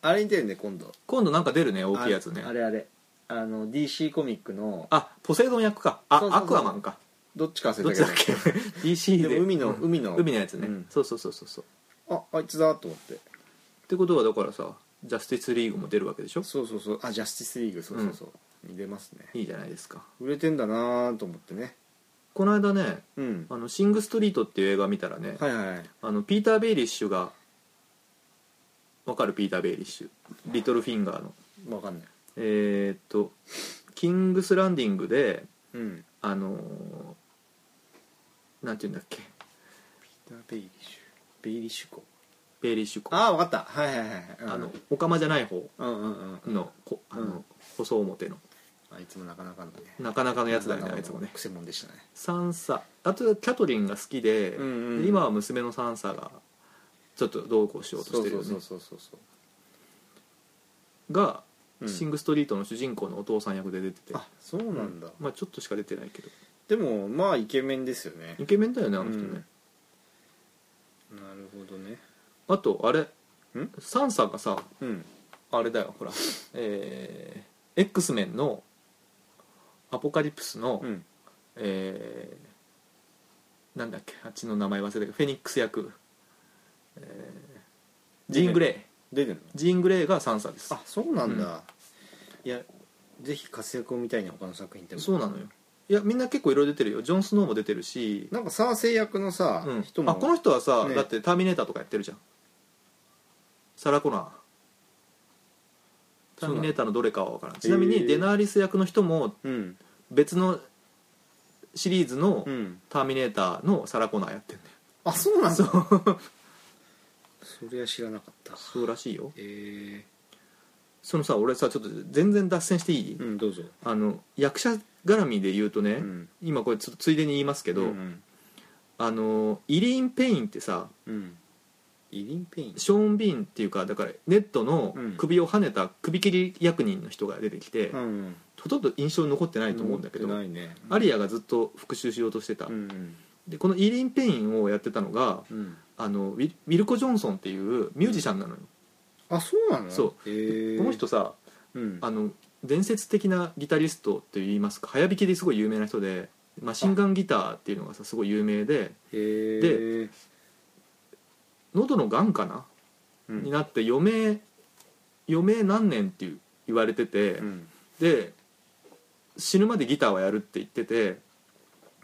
Speaker 2: あれに出るね今度
Speaker 1: 今度なんか出るね大きいやつね
Speaker 2: ああれあれあの DC コミックの
Speaker 1: あポセイドン役かあ
Speaker 2: そうそうそう
Speaker 1: アクアマンか
Speaker 2: どっちか忘
Speaker 1: どっ
Speaker 2: れ
Speaker 1: ち
Speaker 2: た
Speaker 1: だ
Speaker 2: け
Speaker 1: っ
Speaker 2: ど
Speaker 1: け DC で
Speaker 2: でも海の
Speaker 1: うん
Speaker 2: 海の
Speaker 1: 海のやつね、
Speaker 2: うん
Speaker 1: そうそうそうそうそう
Speaker 2: ああいつだと思って
Speaker 1: ってことはだからさジャスティスリーグも出るわけでしょ
Speaker 2: そうそうそうあジャスティスリーグそうそうそう、に出ますね
Speaker 1: いいじゃないですか
Speaker 2: 売れてんだなと思ってね
Speaker 1: この間ね
Speaker 2: うん
Speaker 1: あのシング・ストリートっていう映画見たらね、
Speaker 2: はいはい
Speaker 1: あのピーター・ベイリッシュがわかるピーター・ベイリッシュリトルフィンガーの
Speaker 2: 分かんない
Speaker 1: えーっとキングスランディングで
Speaker 2: うん
Speaker 1: あのーなんて言うんだっけ
Speaker 2: ピーター・ベイリッシュベイリッシュ校
Speaker 1: ベイリッシュ子あ
Speaker 2: ああ分かったはいはいはいうん
Speaker 1: のオカマじゃない方
Speaker 2: うんうんうん
Speaker 1: のこあの、
Speaker 2: うん
Speaker 1: 細表の
Speaker 2: あいつもなかなかのね
Speaker 1: なかなかのやつだよ
Speaker 2: な
Speaker 1: ね
Speaker 2: かなかの
Speaker 1: あいつもね
Speaker 2: くせ者でしたね
Speaker 1: サンサあとキャトリンが好きで,で、
Speaker 2: うんうん
Speaker 1: 今は娘のサンサがちょっとどうこうしようとしてるよね
Speaker 2: そうそうそうそう
Speaker 1: が、
Speaker 2: うん
Speaker 1: シング・ストリートの主人公のお父さん役で出てて
Speaker 2: あそうなんだ、
Speaker 1: まあちょっとしか出てないけど
Speaker 2: でもまあイケメンですよね
Speaker 1: イケメンだよねあの人ね、
Speaker 2: うんなるほどね
Speaker 1: あとあれ
Speaker 2: ん
Speaker 1: サンサがさ
Speaker 2: うん
Speaker 1: あれだよほらえー、X メンのアポカリプスの、
Speaker 2: うん
Speaker 1: えーなんだっけあっちの名前忘れたけどフェニックス役、えージーン・グレイ
Speaker 2: 出てんの
Speaker 1: ジーン・グレイがサンサです
Speaker 2: あそうなんだ、いやぜひ活躍を見たいね他の作品でも
Speaker 1: そうなのよいやみんな結構いろいろ出てるよジョン・スノーも出てるし、
Speaker 2: なんかサーセイ役のさ、
Speaker 1: うん、
Speaker 2: 人も
Speaker 1: あこの人はさ、
Speaker 2: ね
Speaker 1: だって「ターミネーター」とかやってるじゃんサラ・コナーターミネーターのどれかは分からんちなみ
Speaker 2: へ
Speaker 1: に
Speaker 2: ー
Speaker 1: デナーリス役の人も
Speaker 2: うん
Speaker 1: 別のシリーズの
Speaker 2: うん
Speaker 1: 「ターミネーター」のサラ・コナーやってんだよ
Speaker 2: あそうなんだ
Speaker 1: そ
Speaker 2: そうれは知らなかった
Speaker 1: そうらしいよ
Speaker 2: えー、
Speaker 1: そのさ俺さちょっと全然脱線していい、
Speaker 2: うんどうぞ
Speaker 1: あの役者絡みで言うとね、
Speaker 2: うん
Speaker 1: 今これちょっとついでに言いますけ
Speaker 2: け
Speaker 1: ど、
Speaker 2: うん
Speaker 1: あのイリーン・ペインってさ
Speaker 2: うんイリンペイン
Speaker 1: ショーン・ビーンっていうかだからネットの
Speaker 2: うん
Speaker 1: 首を跳ねた首切り役人の人が出てきて、
Speaker 2: ん
Speaker 1: ほとんど印象に残ってないと思うんだけど、
Speaker 2: 持ってないね
Speaker 1: アリアがずっと復讐しようとしてた、
Speaker 2: うん
Speaker 1: でこのイリーン・ペインをやってたのが
Speaker 2: うんうん
Speaker 1: あのウィウィルコ・ジョンソンっていうミュージシャンなのよ、
Speaker 2: あそうなの
Speaker 1: そ
Speaker 2: へえ
Speaker 1: この人さ
Speaker 2: うん
Speaker 1: あの伝説的なギタリストといいますか早弾きですごい有名な人でマシンガンギターっていうのがさすごい有名で
Speaker 2: へえ
Speaker 1: 喉のがんかな、
Speaker 2: うん
Speaker 1: になって余命余命何年っていう言われてて、
Speaker 2: うん
Speaker 1: で死ぬまでギターはやるって言ってて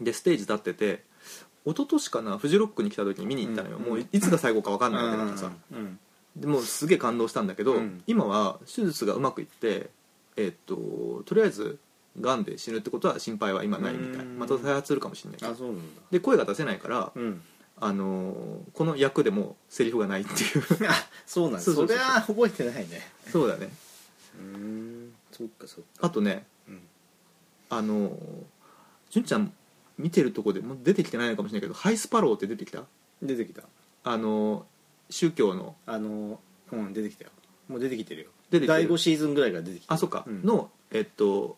Speaker 1: でステージ立ってて一昨年かなフジロックに来た時に見に行ったのよ、
Speaker 2: うん
Speaker 1: もういいつが最後か分かんないんだけどさ、
Speaker 2: うん
Speaker 1: でもうすげえ感動したんだけど、
Speaker 2: うん
Speaker 1: 今は手術がうまくいってえーっととりあえずがんで死ぬってことは心配は今ないみたい
Speaker 2: うん
Speaker 1: また再発するかもしれないけ
Speaker 2: あ
Speaker 1: ど
Speaker 2: そうなんだ
Speaker 1: で声が出せないから、
Speaker 2: うん
Speaker 1: あのーこの役でもセリフがないっていう
Speaker 2: あそうなんだ
Speaker 1: そうそ
Speaker 2: そう
Speaker 1: そう
Speaker 2: れは覚えてないね
Speaker 1: そうだね
Speaker 2: うんそっかそっか
Speaker 1: あとね
Speaker 2: うん
Speaker 1: あのー純ちゃん見てるとこでもう出てきてないのかもしれないけどハイスパローって出てきた
Speaker 2: 出てきた
Speaker 1: あのー宗教の
Speaker 2: あのうん出てきたよもう出てきてるよ
Speaker 1: 出てきて
Speaker 2: 第
Speaker 1: る
Speaker 2: 5シーズンぐらいから出てきてる
Speaker 1: あそっか、
Speaker 2: うん
Speaker 1: のえっと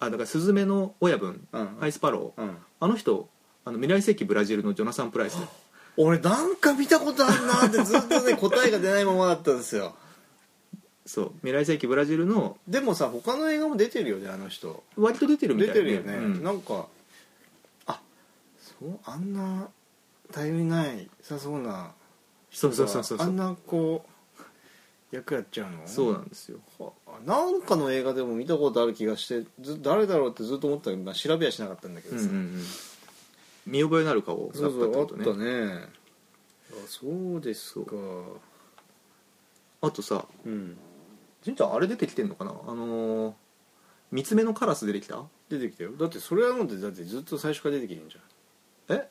Speaker 1: あだからスズメの親分
Speaker 2: うん
Speaker 1: ハイスパロー
Speaker 2: うん
Speaker 1: あの人あの未来世紀ブラジルのジョナサン・プライス
Speaker 2: 俺なんか見たことあるな ってずっとね答えが出ないままだったんですよ
Speaker 1: そう未来世紀ブラジルの
Speaker 2: でもさ他の映画も出てるよねあの人
Speaker 1: 割と出てるみ
Speaker 2: 出
Speaker 1: たい
Speaker 2: てるよね、
Speaker 1: うん
Speaker 2: なんかあそうあんな頼りないさそうな
Speaker 1: そうそうそうそう
Speaker 2: あ
Speaker 1: そ
Speaker 2: ん
Speaker 1: う
Speaker 2: なこう役やっちゃうの
Speaker 1: そうなんですよ
Speaker 2: あなんかの映画でも見たことある気がしてず誰だろうってずっと思ってたけどまあ調べやしなかったんだけ
Speaker 1: う
Speaker 2: ど
Speaker 1: ん
Speaker 2: さ、
Speaker 1: うんうん見覚えのある顔を
Speaker 2: そ
Speaker 1: だ
Speaker 2: う
Speaker 1: ったってこ
Speaker 2: そう
Speaker 1: と
Speaker 2: あっ
Speaker 1: ね
Speaker 2: たねあそうですか
Speaker 1: あとさ
Speaker 2: うん
Speaker 1: 純ちゃんあれ出てきてんのかなあのー三つ目のカラス出てきた
Speaker 2: 出てきたよだってそれはもうだってずっと最初から出てきてるんじゃん
Speaker 1: え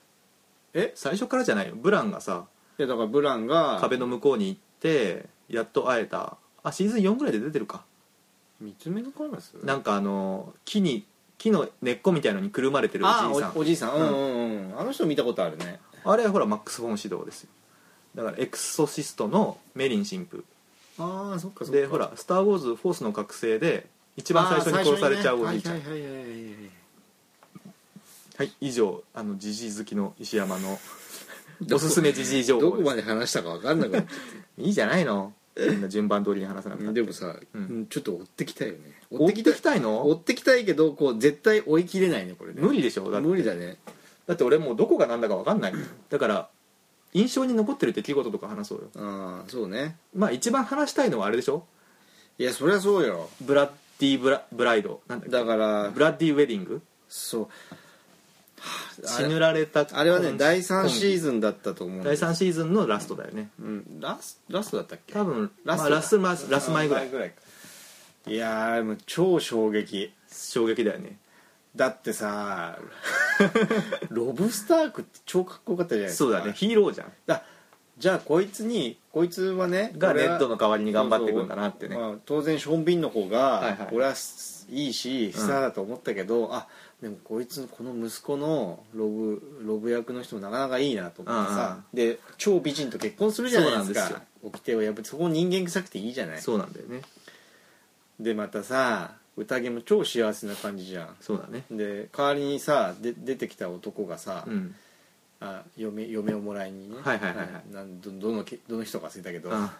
Speaker 2: え
Speaker 1: 最初からじゃないよブランがさ
Speaker 2: いやだからブランが
Speaker 1: 壁の向こうに行ってやっと会えたあシーズン4ぐらいで出てるか
Speaker 2: 三つ目のカラス
Speaker 1: なんかあのー木に木の根っこみたいのにくるまれてるお
Speaker 2: あ
Speaker 1: じいさん
Speaker 2: おおじいさんうんうんうんあの人見たことあるね
Speaker 1: あれはほらマックス・フォン指導ですよだからエクソシストのメリン神父
Speaker 2: ああそっかそっか
Speaker 1: でほら「スター・ウォーズ・フォースの覚醒」で一番最初に殺されちゃうおじいちゃん、
Speaker 2: はいはいはいはいはいはい
Speaker 1: はい以上あのジジイ好きの石山のおすすめジジイ情
Speaker 2: ど
Speaker 1: 報
Speaker 2: こ
Speaker 1: で
Speaker 2: ますで話したか分かんなくなっちゃっ
Speaker 1: いいじゃないのみんな順番通りに話さなく
Speaker 2: た
Speaker 1: て
Speaker 2: でもさ、
Speaker 1: うん
Speaker 2: うんちょっと追ってきたいよね
Speaker 1: 追ってき
Speaker 2: い
Speaker 1: たい
Speaker 2: 追
Speaker 1: の
Speaker 2: ってきたいけどこう絶対追い切れないねこれね
Speaker 1: 無理でしょだって
Speaker 2: 無理だね
Speaker 1: だって俺もうどこが何だか分かんないだから印象に残ってる出来事とか話そうよ
Speaker 2: ああそうね
Speaker 1: まあ一番話したいのはあれでしょ
Speaker 2: いやそりゃそうよ
Speaker 1: ブラッディブラブライドなんだっけ
Speaker 2: だから
Speaker 1: ブラッディウェディング
Speaker 2: そうあ
Speaker 1: 死ぬ
Speaker 2: れ
Speaker 1: られた
Speaker 2: あれはね第3シー
Speaker 1: ズ
Speaker 2: ズンだったと思うん
Speaker 1: 第
Speaker 2: です
Speaker 1: 3シーズンのラストだよね
Speaker 2: うん、ラスラストだったっけ
Speaker 1: 多分
Speaker 2: ラスト
Speaker 1: まあ、ラスマスラス前ぐらい
Speaker 2: かいやーでも超衝撃
Speaker 1: 衝撃だよね
Speaker 2: だっ てさロブスタークって超かっこよかったじゃないですか
Speaker 1: そうだねヒーローじゃん
Speaker 2: だじゃあこいつにこいつはね
Speaker 1: が
Speaker 2: 俺
Speaker 1: ネ
Speaker 2: は
Speaker 1: ットの代わりに頑張っていくんだなってね
Speaker 2: そうそうまあ当然ションビンの方が、
Speaker 1: はいはい
Speaker 2: 俺はすいいしスターだと思ったけど、あでもこいつこの息子のロブロブ役の人もなかなかいいなと思ってさ、で超美人と結婚するじゃないです
Speaker 1: そう
Speaker 2: か
Speaker 1: なんで
Speaker 2: 掟を破ってそこ人間臭くていいじゃない
Speaker 1: そうなんだよね
Speaker 2: でまたさ宴も超幸せな感じじゃ
Speaker 1: そうだね
Speaker 2: んで代わりにさで出てきた男がさ、
Speaker 1: うん
Speaker 2: あ嫁嫁をもらいにね
Speaker 1: はいはいはいはい
Speaker 2: なんどどのけどの人か忘れたけど、
Speaker 1: あ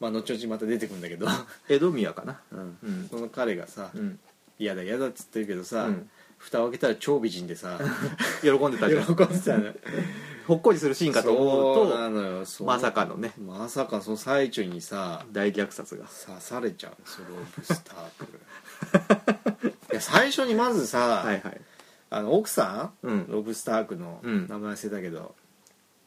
Speaker 2: まあ後々また出てくるんだけど、
Speaker 1: 江戸宮かなうん
Speaker 2: その彼がさ
Speaker 1: うん
Speaker 2: 「嫌、だ嫌だ」っつってるけどさ、
Speaker 1: うん
Speaker 2: 蓋を開けたら超美人で さ
Speaker 1: 喜んでた
Speaker 2: 喜
Speaker 1: じゃん
Speaker 2: んでたの
Speaker 1: ほっこりするシーンかと思う
Speaker 2: そうな
Speaker 1: と
Speaker 2: のよそう
Speaker 1: まさかのね
Speaker 2: まさかその最中にさ
Speaker 1: 大虐殺が
Speaker 2: 刺されちゃうそのロブスターク いや最初にまずさ、
Speaker 1: はいはい
Speaker 2: あの奥さん、
Speaker 1: うん
Speaker 2: ロブスタークの
Speaker 1: うん
Speaker 2: 名前忘れたけど、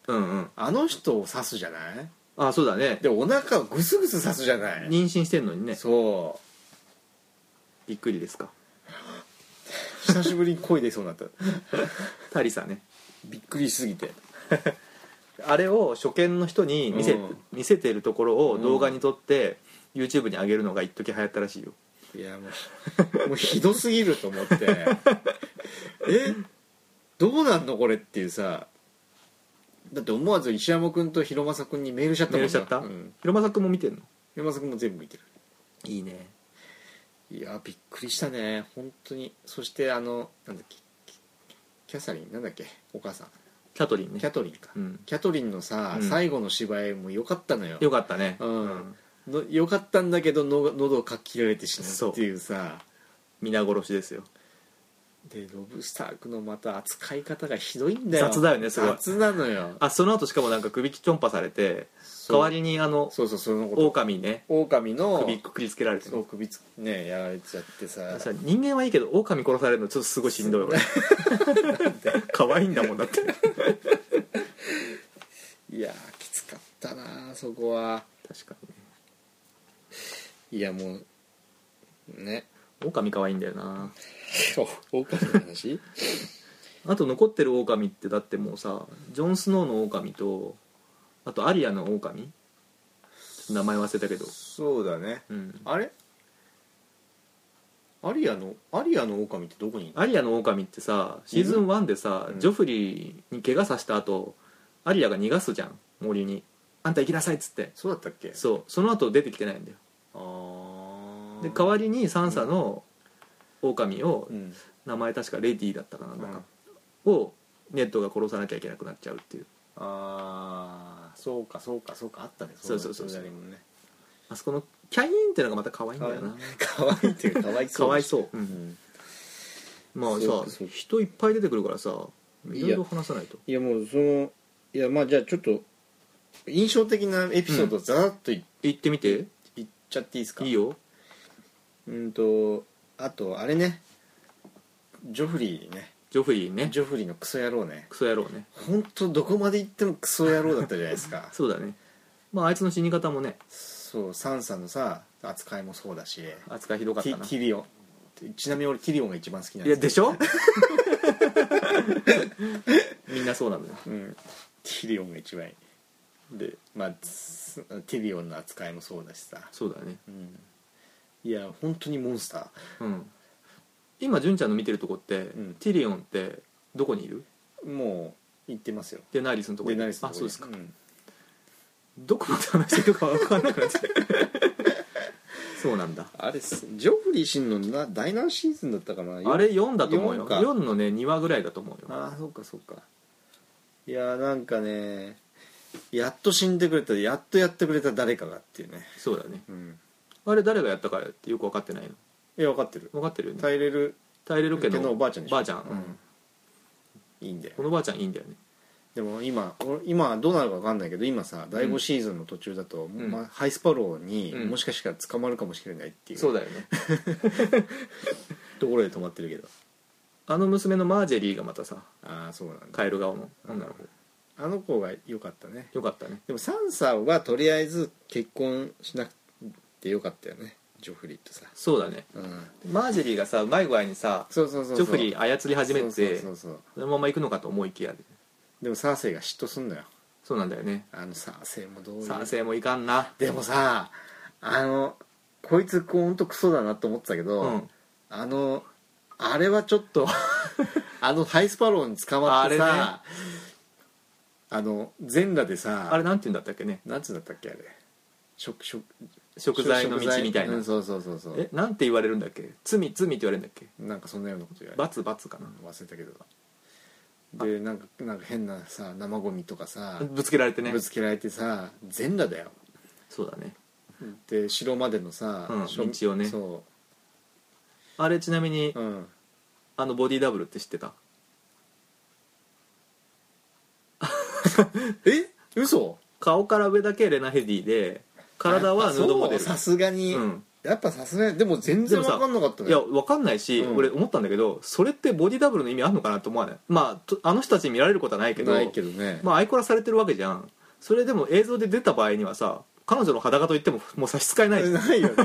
Speaker 1: うんうん
Speaker 2: あの人を刺すじゃない
Speaker 1: あそうだね
Speaker 2: でお腹をグスグス刺すじゃない
Speaker 1: 妊娠してんのにね
Speaker 2: そ
Speaker 1: びっくりですか
Speaker 2: う久しぶりに声出そうになった
Speaker 1: タリサね
Speaker 2: びっくりしすぎて
Speaker 1: あれを初見の人に見せ,、
Speaker 2: うん
Speaker 1: 見せてるところを動画に撮って、 YouTube に上げるのが一時流行ったらしいよ
Speaker 2: いやもうもうひどすぎると思って えどうなんのこれっていうさだって思わず石山君と広政君にメールしちゃったもん
Speaker 1: メールしちゃった
Speaker 2: うん、
Speaker 1: 広間くんも見てんの
Speaker 2: 広政君も全部見てる
Speaker 1: いいね
Speaker 2: いやびっくりしたね本当にそしてあのなんだっけキキャサリンなんだっけお母さん
Speaker 1: キャトリンね
Speaker 2: キャトリンか、
Speaker 1: うん
Speaker 2: キャトリンのさ、
Speaker 1: うん
Speaker 2: 最後の芝居も良かったのよ
Speaker 1: よかったね、
Speaker 2: うんの良かったんだけどの喉をかき切られてしま
Speaker 1: そう
Speaker 2: うっていうさ
Speaker 1: 皆殺しですよ
Speaker 2: でロブスタークのまた扱い方がひどいんだよ
Speaker 1: 雑だよねすごい
Speaker 2: 雑なのよ
Speaker 1: あその後しかもなんか首きちょんぱされて
Speaker 2: そう
Speaker 1: 代わりにあの
Speaker 2: そうそうそのこと
Speaker 1: 狼ね
Speaker 2: 狼の
Speaker 1: 首くくりつけられて
Speaker 2: そ
Speaker 1: ね
Speaker 2: う首つねやられちゃってさ
Speaker 1: さ人間はいいけど狼殺されるのちょっとすごいしんどい俺 可愛いんだもんだって
Speaker 2: いやーきつかったなそこは
Speaker 1: 確かにね
Speaker 2: いやもうね
Speaker 1: 狼可愛いんだよな
Speaker 2: お狼の話
Speaker 1: あと残ってる狼ってだってもうさジョン・スノーの狼とあとアリアの狼ちょっと名前忘れたけど
Speaker 2: そうだね
Speaker 1: うん
Speaker 2: あれアリアのアリアの狼ってどこにいる
Speaker 1: アリアの狼ってさシーズン1でさ、
Speaker 2: うん
Speaker 1: ジョフリーに怪我させた後アリアが逃がすじゃん森に「あんた行きなさい」っつって
Speaker 2: そうだったっけ
Speaker 1: そうその後出てきてないんだよ
Speaker 2: あー
Speaker 1: で代わりにサンサの狼を
Speaker 2: うん
Speaker 1: 名前確かレディーだったかななん
Speaker 2: う
Speaker 1: か
Speaker 2: ん、
Speaker 1: をネットが殺さなきゃいけなくなっちゃうっていう
Speaker 2: ああそうかそうかそうかあったね
Speaker 1: そうそうそうそう
Speaker 2: れなりもね
Speaker 1: あそこのキャインってのがまた可愛いんだよな
Speaker 2: 可愛いっていうかわいそ
Speaker 1: か
Speaker 2: う
Speaker 1: わい
Speaker 2: だし
Speaker 1: そう、う、
Speaker 2: うんん
Speaker 1: まあ
Speaker 2: そう
Speaker 1: さ
Speaker 2: そう
Speaker 1: 人いっぱい出てくるからさいろい
Speaker 2: い
Speaker 1: ろ
Speaker 2: や
Speaker 1: 話さないと
Speaker 2: いやもうそのいやまあじゃあちょっと印象的なエピソードをざらっとい,、
Speaker 1: 行ってみて
Speaker 2: いっちゃっていいですか
Speaker 1: いいよ
Speaker 2: うんとあとあれねジョフリーね
Speaker 1: ジョフリーね
Speaker 2: ジョフリーのクソ野郎ね
Speaker 1: クソ野郎ね
Speaker 2: 本当どこまで行ってもクソ野郎だったじゃないですか
Speaker 1: そうだねまああいつの死に方もね
Speaker 2: そうサンサのさ扱いもそうだし
Speaker 1: 扱いひどかっ
Speaker 2: テ
Speaker 1: た
Speaker 2: ィ
Speaker 1: な
Speaker 2: ティリオンちなみに俺ティリオンが一番好きなん
Speaker 1: い
Speaker 2: で
Speaker 1: や
Speaker 2: すけ
Speaker 1: で
Speaker 2: ど
Speaker 1: しょ みんなそうなんだよ
Speaker 2: うん、ティリオンが一番いいでまあつティリオンの扱いもそうだしさ、
Speaker 1: そうだね
Speaker 2: うん、いや本当にモンスター
Speaker 1: うん今純ちゃんの見てるとこって、
Speaker 2: ん
Speaker 1: ティリオンってどこにいる
Speaker 2: もう行ってますよ
Speaker 1: デナーリスのとこ
Speaker 2: で
Speaker 1: に
Speaker 2: ナリスの
Speaker 1: あ
Speaker 2: と
Speaker 1: そ
Speaker 2: こ
Speaker 1: う
Speaker 2: に
Speaker 1: ですか、
Speaker 2: ん
Speaker 1: どこまで話してるか分かんなくなっちゃう そうなんだ
Speaker 2: あれっすジョフリーシンのな第何シーズンだったかな
Speaker 1: あれ4だと思うよ
Speaker 2: 四か
Speaker 1: 4, のね2話ぐらいだと思うよ
Speaker 2: ああそうかそうかいやーなんかねやっと死んでくれたやっとやってくれた誰かがっていうね、
Speaker 1: そうだね
Speaker 2: うん、
Speaker 1: あれ誰がやったかってよく分かってないの
Speaker 2: いや分かってる
Speaker 1: 分かってるよね
Speaker 2: 耐えれる
Speaker 1: 耐えれるけど
Speaker 2: けどおばあちゃんでしょ
Speaker 1: ばあちゃん、うん
Speaker 2: いいんだよ
Speaker 1: このばあちゃんいいんだよね
Speaker 2: でも今お今はどうなるか分かんないけど今さ第5シーズンの途中だと、
Speaker 1: ん
Speaker 2: まあ、ハイスパローに
Speaker 1: うん
Speaker 2: もしかしたら捕まるかもしれないっていう、
Speaker 1: そうだよね
Speaker 2: ところで止まってるけど
Speaker 1: あの娘のマージェリーがまたさ
Speaker 2: ああそうなんだ
Speaker 1: カエル顔の女の子
Speaker 2: あの子が良かったね
Speaker 1: よかったね
Speaker 2: でもサンサはとりあえず結婚しなくてよかったよねジョフリーとさ、
Speaker 1: そうだね
Speaker 2: うん、
Speaker 1: マージェリーがさうまい具合にさ
Speaker 2: そうそうそうそう
Speaker 1: ジョフリー操り始めて
Speaker 2: そうそう
Speaker 1: そ
Speaker 2: そうそう
Speaker 1: のまま行くのかと思いきや
Speaker 2: でもサーセイが嫉妬すんのよ
Speaker 1: そうなんだよね
Speaker 2: あのサーセイもどういう
Speaker 1: 賛成もいかんな
Speaker 2: でもさあのこいつこうほんとクソだなと思ってたけど、
Speaker 1: うん
Speaker 2: あのあれはちょっ とあのハイスパローに捕まってさあ,、の全裸でさ
Speaker 1: あれなんて言うんだったっけね
Speaker 2: なんつうんだったっけあれ食食
Speaker 1: 食材の道みたいな
Speaker 2: うんそうそうそうそう
Speaker 1: えなんて言われるんだっけ罪罪って言われるんだっけ
Speaker 2: なんかそんなようなこと言われ
Speaker 1: 罰罰か
Speaker 2: うん忘れたけどでなんかなんか変なさ生ゴミとか
Speaker 1: な、
Speaker 2: さ
Speaker 1: ぶつけられてね
Speaker 2: ぶつけられてさ全裸だよ
Speaker 1: そうだね
Speaker 2: で城までのさ、
Speaker 1: うん
Speaker 2: しょ
Speaker 1: 道をね
Speaker 2: そ
Speaker 1: あれちなみに、
Speaker 2: ううん
Speaker 1: あのボディダブルって知ってた
Speaker 2: え嘘
Speaker 1: 顔から上だけレナヘディで体はヌードモデ
Speaker 2: やっぱそう
Speaker 1: ル
Speaker 2: さすがに、
Speaker 1: うん
Speaker 2: やっぱさすがにでも全然
Speaker 1: でもさ
Speaker 2: 分かんなかったね
Speaker 1: いやわかんないし、
Speaker 2: うん
Speaker 1: 俺思ったんだけどそれってボディダブルの意味あるのかなと思わないまあとあの人たちに見られることはないけど
Speaker 2: ないけどね、
Speaker 1: まあアイコラされてるわけじゃんそれでも映像で出た場合にはさ彼女の裸と言ってももう差し支えない
Speaker 2: な いよね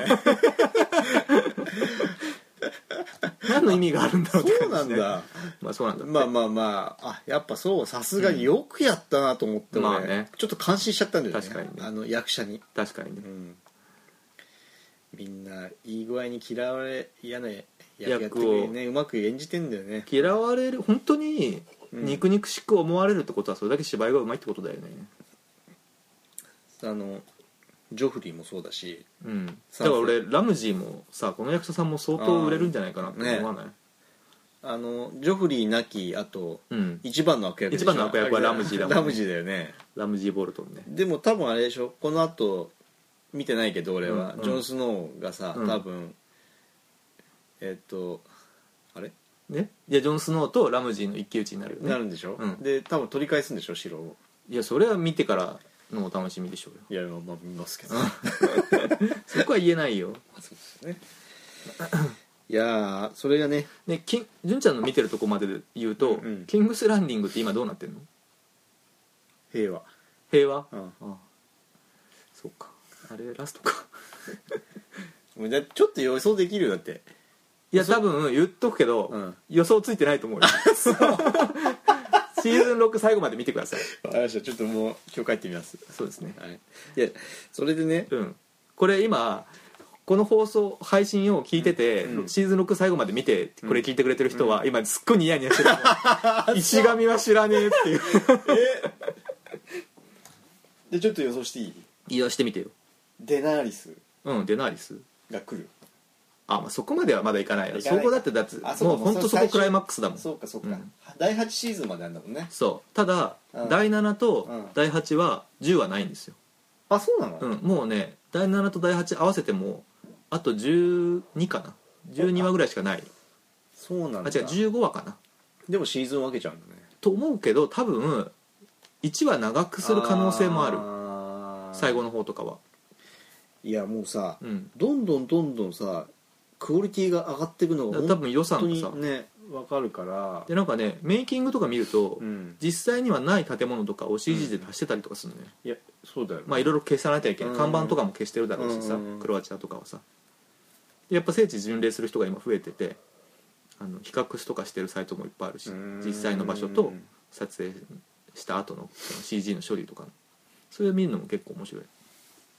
Speaker 1: 何の意味があるんだろうって
Speaker 2: そう
Speaker 1: 感じ
Speaker 2: なん
Speaker 1: ね
Speaker 2: だ
Speaker 1: まあそうなんだ
Speaker 2: まあまあまああやっぱそうさすがによくやったなと思って、
Speaker 1: うん
Speaker 2: 俺
Speaker 1: まあね
Speaker 2: ちょっと感心しちゃったんだよね
Speaker 1: 確かにね
Speaker 2: あの役者に、
Speaker 1: 確かにね
Speaker 2: うんみんないい具合に嫌われ嫌な役やってくれるねうまく演じてんだよね
Speaker 1: 嫌われる本当に
Speaker 2: うん
Speaker 1: 肉々しく思われるってことはそれだけ芝居がうまいってことだよね
Speaker 2: あのジョフリーもそうだし
Speaker 1: うんだ
Speaker 2: そう
Speaker 1: から俺ラムジーもさこの役者さんも相当売れるんじゃないかなって思わない、
Speaker 2: あのジョフリーなきあと
Speaker 1: うん
Speaker 2: 一番の悪役でしょ
Speaker 1: 一番の悪役はラムジーだもんね
Speaker 2: ラムジーだよね
Speaker 1: ラムジー・ボルトンね
Speaker 2: でも多分あれでしょこの後見てないけど俺は、
Speaker 1: うんうん
Speaker 2: ジョン・スノーがさ
Speaker 1: うん
Speaker 2: 多分、えっとあれ
Speaker 1: ねいやジョン・スノーとラムジーの一騎打ちになるよね
Speaker 2: なるんでしょ、
Speaker 1: うん
Speaker 2: で多分取り返すんでしょ白を
Speaker 1: いやそれは見てからのお楽しみでしょうよ
Speaker 2: いやまあ見ますけど
Speaker 1: そこは言えないよ
Speaker 2: そうですよねいやーそれがね
Speaker 1: ねキン純ちゃんの見てるとこまでで言うと、
Speaker 2: うんうん
Speaker 1: キングス・ランディングって今どうなってんの
Speaker 2: 平和、
Speaker 1: 平和、
Speaker 2: う
Speaker 1: あ
Speaker 2: ん
Speaker 1: あそうかあれラストか
Speaker 2: もうだちょっと予想できるよだって
Speaker 1: いや多分言っとくけど、
Speaker 2: うん
Speaker 1: 予想ついてないと 思うよシーズン6最後まで見てください
Speaker 2: わかりましたちょっともう今日帰ってみます
Speaker 1: そうですね
Speaker 2: はいいやそれでね
Speaker 1: うんこれ今この放送配信を聞いてて、
Speaker 2: うん
Speaker 1: シーズン6最後まで見てこれ聞いてくれてる人は、今すっごいニヤニヤ してると思う石神は知らねえっていう
Speaker 2: でちょっと予想していい
Speaker 1: 言い出してみてよ
Speaker 2: デナーリス
Speaker 1: うんデナーリス
Speaker 2: が来る
Speaker 1: あ、まあ、そこまではまだいかないよ
Speaker 2: いかない
Speaker 1: そこだってだって
Speaker 2: あそう
Speaker 1: も
Speaker 2: か
Speaker 1: う本当そ
Speaker 2: も
Speaker 1: こク
Speaker 2: うそれ最初
Speaker 1: ライマックスだもん
Speaker 2: そうかそうか、
Speaker 1: うん
Speaker 2: 第8シーズンまであんだもんね
Speaker 1: そうただ、
Speaker 2: うん
Speaker 1: 第7と
Speaker 2: うん
Speaker 1: 第8は10はないんですよ、
Speaker 2: あそうなの、
Speaker 1: うん、もうね第7と第8合わせてもあと12かな12話ぐらいしかない
Speaker 2: そうな
Speaker 1: あ
Speaker 2: ん
Speaker 1: 違う
Speaker 2: だ
Speaker 1: 15話かな
Speaker 2: でもシーズン分けちゃうんだね
Speaker 1: と思うけど多分1話長くする可能性もある
Speaker 2: あー
Speaker 1: 最後の方とかは、
Speaker 2: いやもうさ、
Speaker 1: うん、
Speaker 2: どんどんどんどんさクオリティが上がっていくのが
Speaker 1: 多分予
Speaker 2: 本当
Speaker 1: 算がさ
Speaker 2: にね分かるから
Speaker 1: でなんかねメイキングとか見ると、
Speaker 2: うん
Speaker 1: 実際にはない建物とかを CG で足してたりとかするのね、
Speaker 2: いやそうだよね
Speaker 1: まあいろいろ消さなきゃいけない、
Speaker 2: うん
Speaker 1: 看板とかも消してるだろうしさ、
Speaker 2: うん
Speaker 1: クロアチアとかはさやっぱ聖地巡礼する人が今増えててあの比較とかしてるサイトもいっぱいあるし
Speaker 2: うん
Speaker 1: 実際の場所と撮影した後のその CG の処理とかのそれを見るのも結構面白い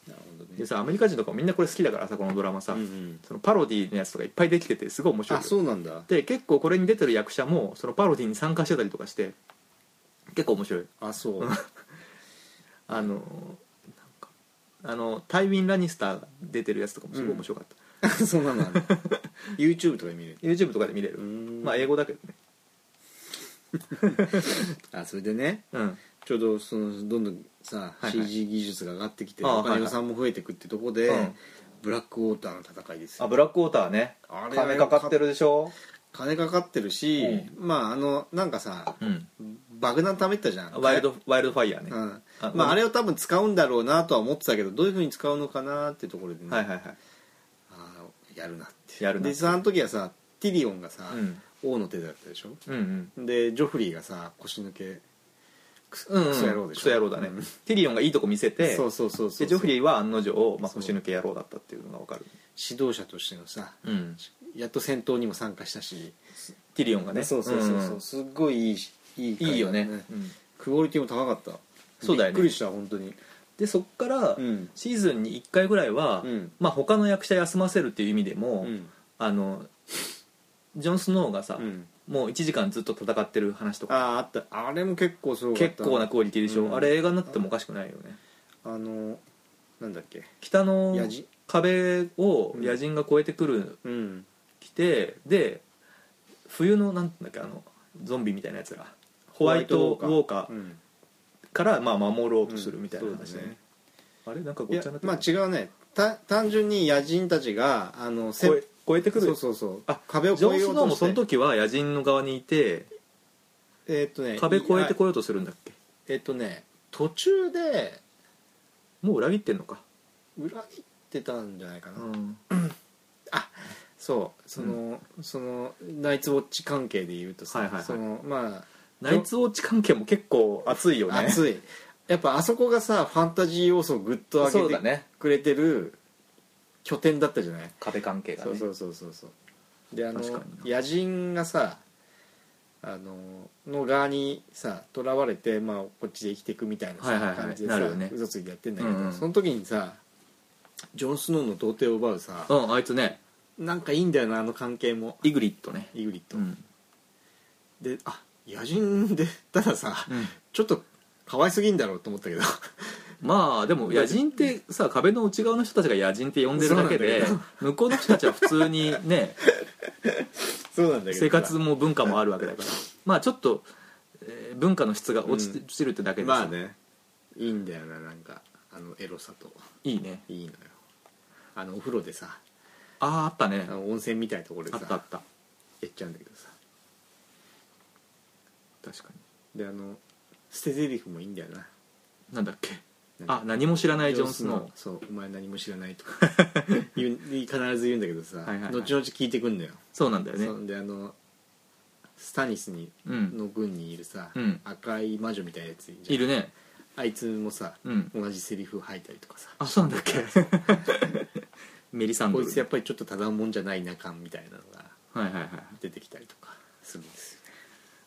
Speaker 2: なるほど
Speaker 1: で
Speaker 2: ね
Speaker 1: さアメリカ人とかもみんなこれ好きだからさこのドラマさ、
Speaker 2: うんうん
Speaker 1: そのパロディのやつとかいっぱいできててすごい面白い
Speaker 2: あ
Speaker 1: よ
Speaker 2: そうなんだ
Speaker 1: で結構これに出てる役者もそのパロディに参加してたりとかして結構面白い
Speaker 2: あそう
Speaker 1: あのなんかあのタイウィン・ラニスターが出てるやつとかもすごい面白かった、
Speaker 2: そうなんだ YouTube とかで見れる
Speaker 1: YouTube とかで見れる
Speaker 2: ん
Speaker 1: まあ英語だけどね
Speaker 2: あそれでね
Speaker 1: うん
Speaker 2: ちょうどそのどんどんさ、
Speaker 1: はいはい
Speaker 2: CG 技術が上がってきて
Speaker 1: ああ
Speaker 2: お金予算も増えてくってとこで、
Speaker 1: はいはい
Speaker 2: ブラックウォーターの戦いですよ
Speaker 1: あブラックウォーターね
Speaker 2: あれ
Speaker 1: 金かかってるでしょ
Speaker 2: 金かかってるし、まああのなんかさ
Speaker 1: うん
Speaker 2: 爆弾貯めてたじゃん
Speaker 1: ワイルドワイルドファイヤーね、
Speaker 2: う
Speaker 1: は
Speaker 2: ん
Speaker 1: あ
Speaker 2: ま
Speaker 1: うん
Speaker 2: あ、あれを多分使うんだろうなとは思ってたけどどういうふうに使うのかなってところでね、
Speaker 1: いはいはい
Speaker 2: あーやるなって
Speaker 1: やるな
Speaker 2: でさあの時はさティリオンがさ、
Speaker 1: うん
Speaker 2: 王の手だったでしょ
Speaker 1: うんうん
Speaker 2: でジョフリーがさ腰抜け
Speaker 1: うん、うん、
Speaker 2: クソ野郎でしょ
Speaker 1: クソ野郎だね、
Speaker 2: うん
Speaker 1: ティリオンがいいとこ見せて
Speaker 2: そうそうそうそう
Speaker 1: でジョフ
Speaker 2: 指
Speaker 1: リーは案の定、まあ、
Speaker 2: そう
Speaker 1: 腰抜け野郎だったっていうのがわかる
Speaker 2: 導者としてのさ
Speaker 1: うん
Speaker 2: やっと戦闘にも参加したし、
Speaker 1: ティリオンがね
Speaker 2: そうそうそうそう、
Speaker 1: ん
Speaker 2: すっごいいいしいい回だ
Speaker 1: いいよね、うん
Speaker 2: クオリティも高かった
Speaker 1: そうだよね
Speaker 2: びっくりした本当に
Speaker 1: でそっから、
Speaker 2: うん
Speaker 1: シーズンに1回ぐらいは、
Speaker 2: うん
Speaker 1: まあ、他の役者休ませるっていう意味でも、
Speaker 2: うん
Speaker 1: あのジョン・スノーがさ、
Speaker 2: うん
Speaker 1: もう1時間ずっと戦ってる話と
Speaker 2: あ
Speaker 1: か
Speaker 2: ああったあれも結構すごかった
Speaker 1: 結構なクオリティでしょ、
Speaker 2: うん
Speaker 1: あれ映画になってもおかしくないよね
Speaker 2: あのなんだっけ
Speaker 1: 北の
Speaker 2: やじ
Speaker 1: 壁を
Speaker 2: うん
Speaker 1: 野人が越えてくる
Speaker 2: うん
Speaker 1: 来てで冬のなんていうんだっけあのゾンビみたいなやつらホワイトウォーカ
Speaker 2: う
Speaker 1: ー
Speaker 2: ん
Speaker 1: からまあ守ろうとするみたいな話
Speaker 2: うんそ
Speaker 1: で、
Speaker 2: うだね
Speaker 1: あれなんかご
Speaker 2: い
Speaker 1: っ
Speaker 2: や
Speaker 1: ちゃになって
Speaker 2: まあ
Speaker 1: る
Speaker 2: 違うねた単純に野人たちがあのせん
Speaker 1: 越え越えてくる
Speaker 2: そうそうそう
Speaker 1: あ
Speaker 2: 壁を
Speaker 1: ジ
Speaker 2: 越
Speaker 1: ョ
Speaker 2: え
Speaker 1: ン・
Speaker 2: よ
Speaker 1: ス
Speaker 2: う
Speaker 1: ノー
Speaker 2: と
Speaker 1: も
Speaker 2: し
Speaker 1: その
Speaker 2: て
Speaker 1: 時は野人の側にいて
Speaker 2: えーっとね
Speaker 1: 壁越えて
Speaker 2: い
Speaker 1: こようとするんだっけ
Speaker 2: えーっとね途中で
Speaker 1: もう裏切ってんのか、
Speaker 2: 裏切ってたんじゃないかな、
Speaker 1: うん、
Speaker 2: そうその、そのナイツウォッチ関係で言うとさ、
Speaker 1: はいはいはい
Speaker 2: そのま
Speaker 1: ナイツウォッチ関係も結構熱いよ
Speaker 2: あ
Speaker 1: ね
Speaker 2: 熱いやっぱあそこがさファンタジー要素をグッと
Speaker 1: そ
Speaker 2: 上
Speaker 1: う
Speaker 2: げ
Speaker 1: だ
Speaker 2: て
Speaker 1: ね
Speaker 2: くれてる拠点だったじゃない
Speaker 1: 壁関係が
Speaker 2: そう
Speaker 1: ね
Speaker 2: そうそうそうそうであの
Speaker 1: 確かに
Speaker 2: 野人がさあのの側にさとらわれて、まあ、こっちで生きていくみたいなさ
Speaker 1: はいはいはい
Speaker 2: 感じで
Speaker 1: な
Speaker 2: さ
Speaker 1: るよね
Speaker 2: 嘘ついてやってんだけど、
Speaker 1: うんうん
Speaker 2: その時にさジョン・スノーの童貞を奪うさ
Speaker 1: うんあいつね
Speaker 2: なんかいいんだよなあの関係も
Speaker 1: イグリットね
Speaker 2: イグリット、
Speaker 1: うん
Speaker 2: であ野人でたださ、ちょっとかわいすぎんだろうと思ったけど
Speaker 1: まあでも野人ってさ壁の内側の人たちが野人って呼んでるだけで
Speaker 2: そうなん
Speaker 1: 向こうの人たちは普通にね
Speaker 2: そうなんだけど
Speaker 1: 生活も文化もあるわけだからまあちょっと、えー文化の質が落ちて,、
Speaker 2: うん
Speaker 1: るってだけで
Speaker 2: ま
Speaker 1: さ、
Speaker 2: あねいいんだよななんかあのエロさと
Speaker 1: いいね
Speaker 2: いいのよあのお風呂でさ
Speaker 1: あああったね
Speaker 2: あの温泉みたいなところ
Speaker 1: あ
Speaker 2: で
Speaker 1: ったあ
Speaker 2: さ
Speaker 1: った
Speaker 2: やっちゃうんだけどさ
Speaker 1: 確か
Speaker 2: であの捨て台詞もいいんだよな
Speaker 1: になんだっけ
Speaker 2: なんか
Speaker 1: あ何も知らないジョン・スノー
Speaker 2: そうお前何も知らないとか言う必ず言うんだけどさ、
Speaker 1: はいはいはい
Speaker 2: 後々聞いてくんだよ、
Speaker 1: そうなんだよね
Speaker 2: そんであのスタニスに
Speaker 1: うん
Speaker 2: の軍にいるさ、
Speaker 1: うん
Speaker 2: 赤い魔女みたいなやついるじゃん
Speaker 1: いるね
Speaker 2: あいつもさ、
Speaker 1: うん
Speaker 2: 同じセリフ吐いたりとかさ
Speaker 1: あそうなんだっ けメリサンド
Speaker 2: こ
Speaker 1: ル
Speaker 2: いつやっぱりちょっとただもんじゃないな感みたいなのが
Speaker 1: はいはいはい
Speaker 2: 出てきたりとかするんですよ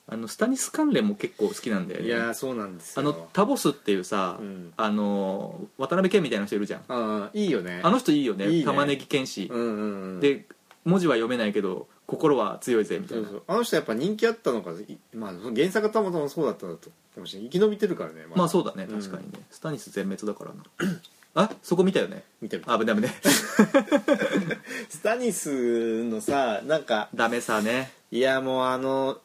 Speaker 1: あのスタニス関連も結構好きなんだよね
Speaker 2: いやーそうなんですよ
Speaker 1: あのタボスっていうさ、
Speaker 2: うん
Speaker 1: あの渡辺謙みたいな人いるじゃん
Speaker 2: あーいいよね
Speaker 1: あの人いいよね
Speaker 2: いいね
Speaker 1: 玉ねぎ剣士
Speaker 2: う、んうんうん
Speaker 1: で文字は読めないけど心は強いぜみた
Speaker 2: そ
Speaker 1: いな
Speaker 2: うそうあの人やっぱ人気あったのか、いまあ、原作がたまたまそうだったのかもしれない生き延びてるからね
Speaker 1: まあそうだね
Speaker 2: うん
Speaker 1: 確かにね、スタニス全滅だからな あそこ見たよね
Speaker 2: 見てる
Speaker 1: あぶねぶね
Speaker 2: スタニスのさなんか
Speaker 1: ダメさね
Speaker 2: いやもうあの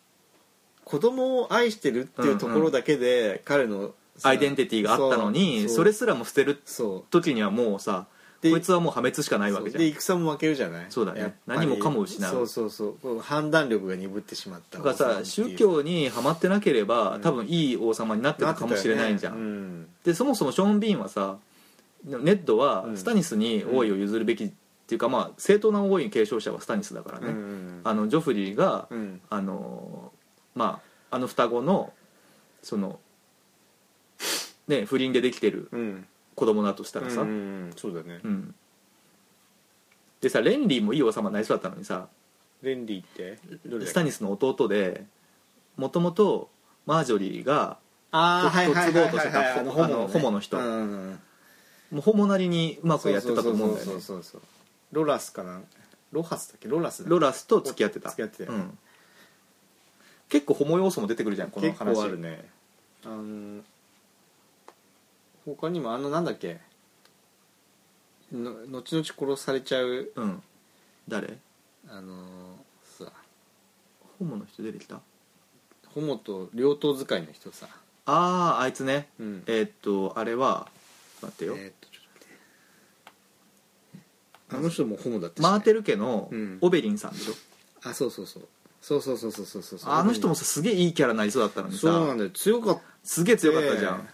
Speaker 2: 子供を愛してるっていうところだけで彼の
Speaker 1: アイデンティティがあったのにそれ
Speaker 2: そう
Speaker 1: すらも捨てる
Speaker 2: そう
Speaker 1: 時にはもうさ
Speaker 2: で
Speaker 1: こいつはもう破滅しかないわけじゃん
Speaker 2: で戦も負けるじゃない
Speaker 1: そうだね
Speaker 2: やっぱ
Speaker 1: 何
Speaker 2: り
Speaker 1: もかも失う
Speaker 2: そうそうそうこう判断力が鈍ってしまった
Speaker 1: だからさ宗教にはまってなければ、多分いい王様になってたかもしれないじゃん、
Speaker 2: ん
Speaker 1: でそもそもショーン・ビーンはさネッドは
Speaker 2: うん
Speaker 1: スタニスに王位を譲るべきっていうか、まあ正当な王位の継承者はスタニスだからね、
Speaker 2: うん
Speaker 1: あのジョフリーが、
Speaker 2: うん
Speaker 1: あのーまああの双子のそのね不倫でできてる
Speaker 2: うん
Speaker 1: 子供だとしたらさ、
Speaker 2: う
Speaker 1: うん
Speaker 2: うんんそうだね
Speaker 1: でさレンリーもいい王様になりそうだったのにさ
Speaker 2: レンリーってどれだっけ
Speaker 1: スタニスの弟でもともとマージョリーが
Speaker 2: あーはいはいはいはいはい
Speaker 1: 突突動としたホモあのホモの人
Speaker 2: うんうんうん
Speaker 1: もうホモなりにうまくやってたと思うんだよ
Speaker 2: そ
Speaker 1: ね
Speaker 2: うそうそうそうロラスかなロハスだっけロラスだ
Speaker 1: ロラスと付き合ってた
Speaker 2: 付き合ってた
Speaker 1: う
Speaker 2: よ
Speaker 1: ん、結構ホモ要素も出てくるじゃんこの
Speaker 2: 結
Speaker 1: 話
Speaker 2: 構あるねあの他にもあのなんだっけの後々殺されちゃう
Speaker 1: うん誰
Speaker 2: あのーさ
Speaker 1: ホモの人出てきた
Speaker 2: ホモと両党使いの人さ、
Speaker 1: あああいつね
Speaker 2: うん
Speaker 1: えーっとあれは待って
Speaker 2: え
Speaker 1: よ、
Speaker 2: ーっとちょっと待ってあの人もホモだったしね
Speaker 1: マーテル家の
Speaker 2: うん
Speaker 1: オベリンさんでしょ、
Speaker 2: あそうそうそうそうそうそうそうそうそうそう
Speaker 1: あの人もさすげえいいキャラになりそうだったのに
Speaker 2: そうな
Speaker 1: さ
Speaker 2: んだよ強かっ
Speaker 1: すげえ強かったじゃん、
Speaker 2: た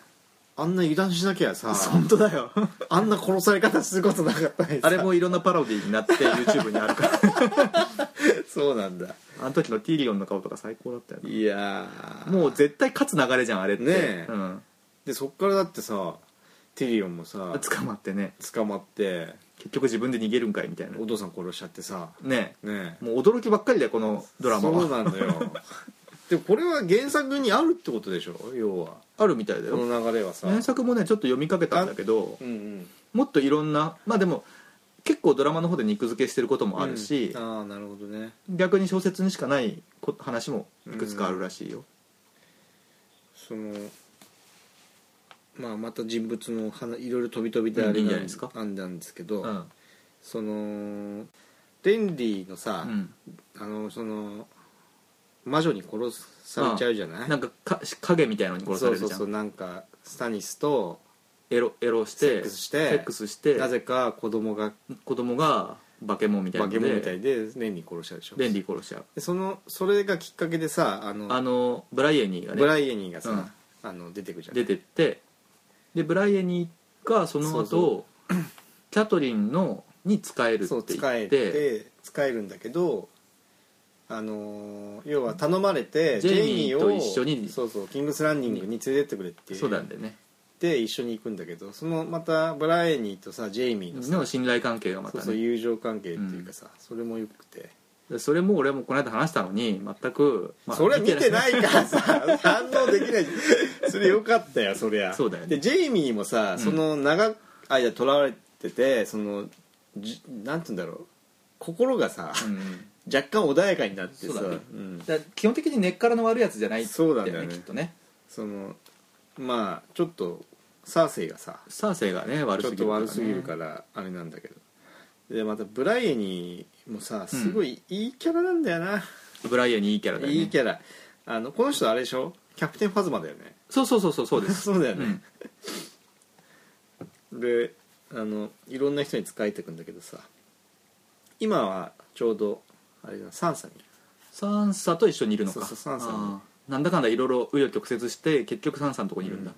Speaker 2: あんな油断しなきゃさ
Speaker 1: 本当だよ
Speaker 2: あんな殺され方することなかったのにさ
Speaker 1: あれもいろんなパロディーになって YouTube にあるから
Speaker 2: そうなんだ
Speaker 1: あの時のティリオンの顔とか最高だったよね
Speaker 2: いやー
Speaker 1: もう絶対勝つ流れじゃんあれって
Speaker 2: ねえ
Speaker 1: うん、
Speaker 2: でそっからだってさテリオンもさ
Speaker 1: 捕まってね
Speaker 2: 捕まって
Speaker 1: 結局自分で逃げるんかいみたいな
Speaker 2: お父さん殺しちゃってさ
Speaker 1: ね
Speaker 2: ね
Speaker 1: えもう驚きばっかりだよこのドラマ
Speaker 2: そう
Speaker 1: は
Speaker 2: なん だよでもこれは原作にあるってことでしょ要は
Speaker 1: あるみたいだ
Speaker 2: こ
Speaker 1: よ
Speaker 2: の流れはさ
Speaker 1: 原作もねちょっと読みかけたんだけど
Speaker 2: うんうん
Speaker 1: もっといろんなまあでも結構ドラマの方で肉付けしてることもあるし、
Speaker 2: うんああなるほどね
Speaker 1: 逆に小説にしかないこ話もいくつかあるらしいよ、
Speaker 2: そのまあまた人物の話いろいろ飛び飛びで
Speaker 1: うん
Speaker 2: あれ
Speaker 1: いいんじゃないですか
Speaker 2: あんなんですけど、
Speaker 1: うん
Speaker 2: そのレンリーのさ、
Speaker 1: うん
Speaker 2: あのその魔女に殺されちゃうじゃない
Speaker 1: なんかか影みたいのに殺されるじゃん
Speaker 2: そうそうそうなんかスタニスと
Speaker 1: エロエロして
Speaker 2: セックスして
Speaker 1: セックスして
Speaker 2: なぜか子供が
Speaker 1: 子供が化け物みたいな
Speaker 2: 化
Speaker 1: の
Speaker 2: け
Speaker 1: で
Speaker 2: 物みたいでレンリー殺しちゃうでしょ
Speaker 1: レンリー殺しちゃう
Speaker 2: でそのそれがきっかけでさあの
Speaker 1: あのブライエニーがね
Speaker 2: ブライエニーがさ、あの出てくるじゃん
Speaker 1: 出てってでブライエニーがその後
Speaker 2: そうそ
Speaker 1: キャトリンのに使えるって言
Speaker 2: そう
Speaker 1: って
Speaker 2: 使えて使えるんだけどあのー要は頼まれて
Speaker 1: ジェイミーと
Speaker 2: ジェイミ
Speaker 1: 一緒に
Speaker 2: そうそうキングスランディングに連れてってくれって
Speaker 1: そう
Speaker 2: 言
Speaker 1: な
Speaker 2: っ
Speaker 1: んだよね
Speaker 2: て一緒に行くんだけどそのまたブライエニーとさジェイミーのさ
Speaker 1: の信頼関係がまた
Speaker 2: そ
Speaker 1: ね
Speaker 2: う
Speaker 1: そ
Speaker 2: そう友情関係っていうかさ、それもよくて、
Speaker 1: それも俺もこの間話したのに全く、まあ
Speaker 2: それは見てないから さ反応できないそれよかったよそりゃ
Speaker 1: そうだよね
Speaker 2: でジェイミーもさその長い間とらわれてっててそのじなんて言うんだろう心がさ、
Speaker 1: うん
Speaker 2: 若干穏やかになってさ
Speaker 1: そうだね
Speaker 2: ん
Speaker 1: だから基本的に根っからの悪いやつじゃないって
Speaker 2: そうなんだよね
Speaker 1: きっとね
Speaker 2: そのまあちょっとサーセイがさ
Speaker 1: サーセイがね悪
Speaker 2: ちょっ
Speaker 1: すぎる
Speaker 2: と
Speaker 1: からね
Speaker 2: 悪すぎるからあれなんだけどでまたブライエニーもさすごいいいキャラなんだよな、
Speaker 1: ブライエンにいいキャラだよね
Speaker 2: いいキャラあのこの人あれでしょキャプテンファズマだよね
Speaker 1: そうそうそうそうそうです
Speaker 2: そうだよ
Speaker 1: う
Speaker 2: ね
Speaker 1: ん、
Speaker 2: であのいろんな人に仕えてくんだけどさ今はちょうどあれだサンサに
Speaker 1: サンサと一緒にいるのか
Speaker 2: そうそうサンサね
Speaker 1: あーなんだかんだいろいろ紆余曲折して結局サンサのとこにいるんだ、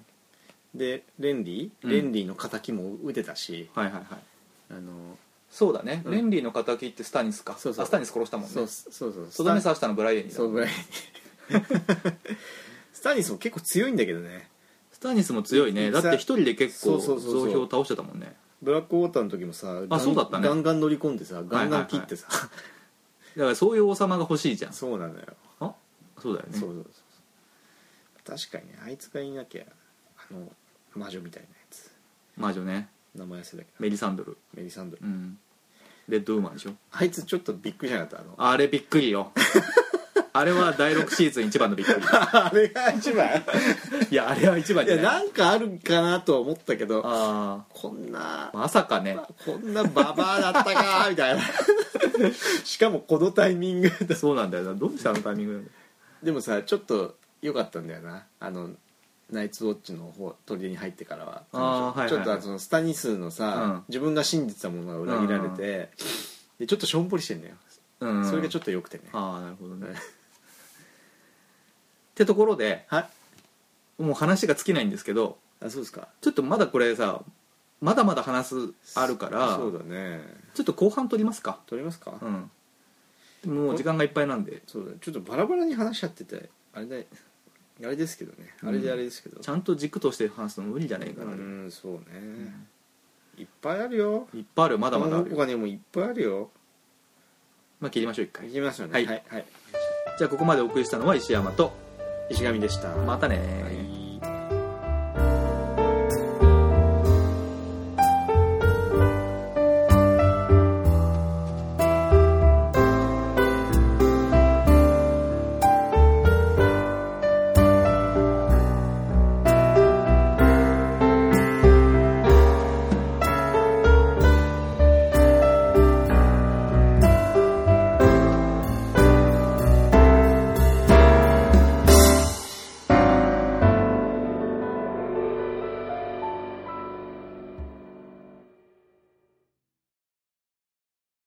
Speaker 2: でレンリ
Speaker 1: う
Speaker 2: ー
Speaker 1: ん
Speaker 2: レンリーの敵も打てたし、
Speaker 1: はいはいはい
Speaker 2: あの
Speaker 1: そうだね、
Speaker 2: うん
Speaker 1: レンリーの敵ってスタニスか
Speaker 2: そうそう
Speaker 1: あスタニス殺したもんね
Speaker 2: そうそうそう
Speaker 1: とどめ刺したのブライエンにだ
Speaker 2: そうぐらい スタニスも結構強いんだけどね
Speaker 1: スタニスも強いねだって一人で結構
Speaker 2: そ
Speaker 1: 増
Speaker 2: うそうそうそう
Speaker 1: 票倒してたもんね
Speaker 2: ブラックウォーターの時もさガン
Speaker 1: そうだったね
Speaker 2: ガンガン乗り込んでさガンガン切ってさ、
Speaker 1: だからそういう王様が欲しいじゃん
Speaker 2: そうなのよ、
Speaker 1: あそうだよね
Speaker 2: そうそうそう確かにねあいつがいなきゃあの魔女みたいなやつ
Speaker 1: 魔女ね
Speaker 2: 名前忘れたけど
Speaker 1: メリサンドル
Speaker 2: メリサンドル
Speaker 1: うんレッドウーマンでしょ
Speaker 2: あいつちょっとびっくりじゃなかったあ の
Speaker 1: あれびっくりよあれは第6シーズン一番のびっくり
Speaker 2: あれが一番
Speaker 1: いやあれは一番
Speaker 2: い
Speaker 1: じゃ
Speaker 2: や
Speaker 1: ない
Speaker 2: なんかあるかなとは思ったけど
Speaker 1: あ
Speaker 2: こん
Speaker 1: あ
Speaker 2: な
Speaker 1: まさかね
Speaker 2: こんなババアだったか みたいな しかもこのタイミングで
Speaker 1: そうなんだよなどうしたあのタイミングなんだよ
Speaker 2: でもさちょっと良かったんだよなあのナイツウォッチの方砦に入ってからは
Speaker 1: あーはいはいはい
Speaker 2: ちょっとあのそのスタニスのさ、
Speaker 1: うん
Speaker 2: 自分が信じてたものが裏切られて、でちょっとしょんぼりしてんだよ、
Speaker 1: うん
Speaker 2: それがち
Speaker 1: ょっ
Speaker 2: ょっと良くてね、
Speaker 1: ああなるほどね
Speaker 2: はい
Speaker 1: ってところで
Speaker 2: はい
Speaker 1: もう話が尽きないんですけど
Speaker 2: あそうですか
Speaker 1: ちょっとまだこれさまだまだ話すあるから
Speaker 2: そうだね
Speaker 1: ちょっと後半取りますか
Speaker 2: 撮りますか、
Speaker 1: うんもう時間がいっぱいなんで
Speaker 2: そうだねちょっとバラバラに話しちゃっててあれだあれですけどね、
Speaker 1: うん
Speaker 2: あれであれですけど
Speaker 1: ちゃんと軸として話すの無理じゃないかな、
Speaker 2: うんそうね、いっぱいあるよ
Speaker 1: いっぱいあるまだまだあ
Speaker 2: こ
Speaker 1: る
Speaker 2: の
Speaker 1: よ
Speaker 2: 他にもいっぱいあるよ
Speaker 1: まあ切りましょう一回
Speaker 2: いきますよね
Speaker 1: はい
Speaker 2: はい、はい、
Speaker 1: じゃあここまでお送りしたのは石山と
Speaker 2: 石上でした
Speaker 1: またね
Speaker 2: はい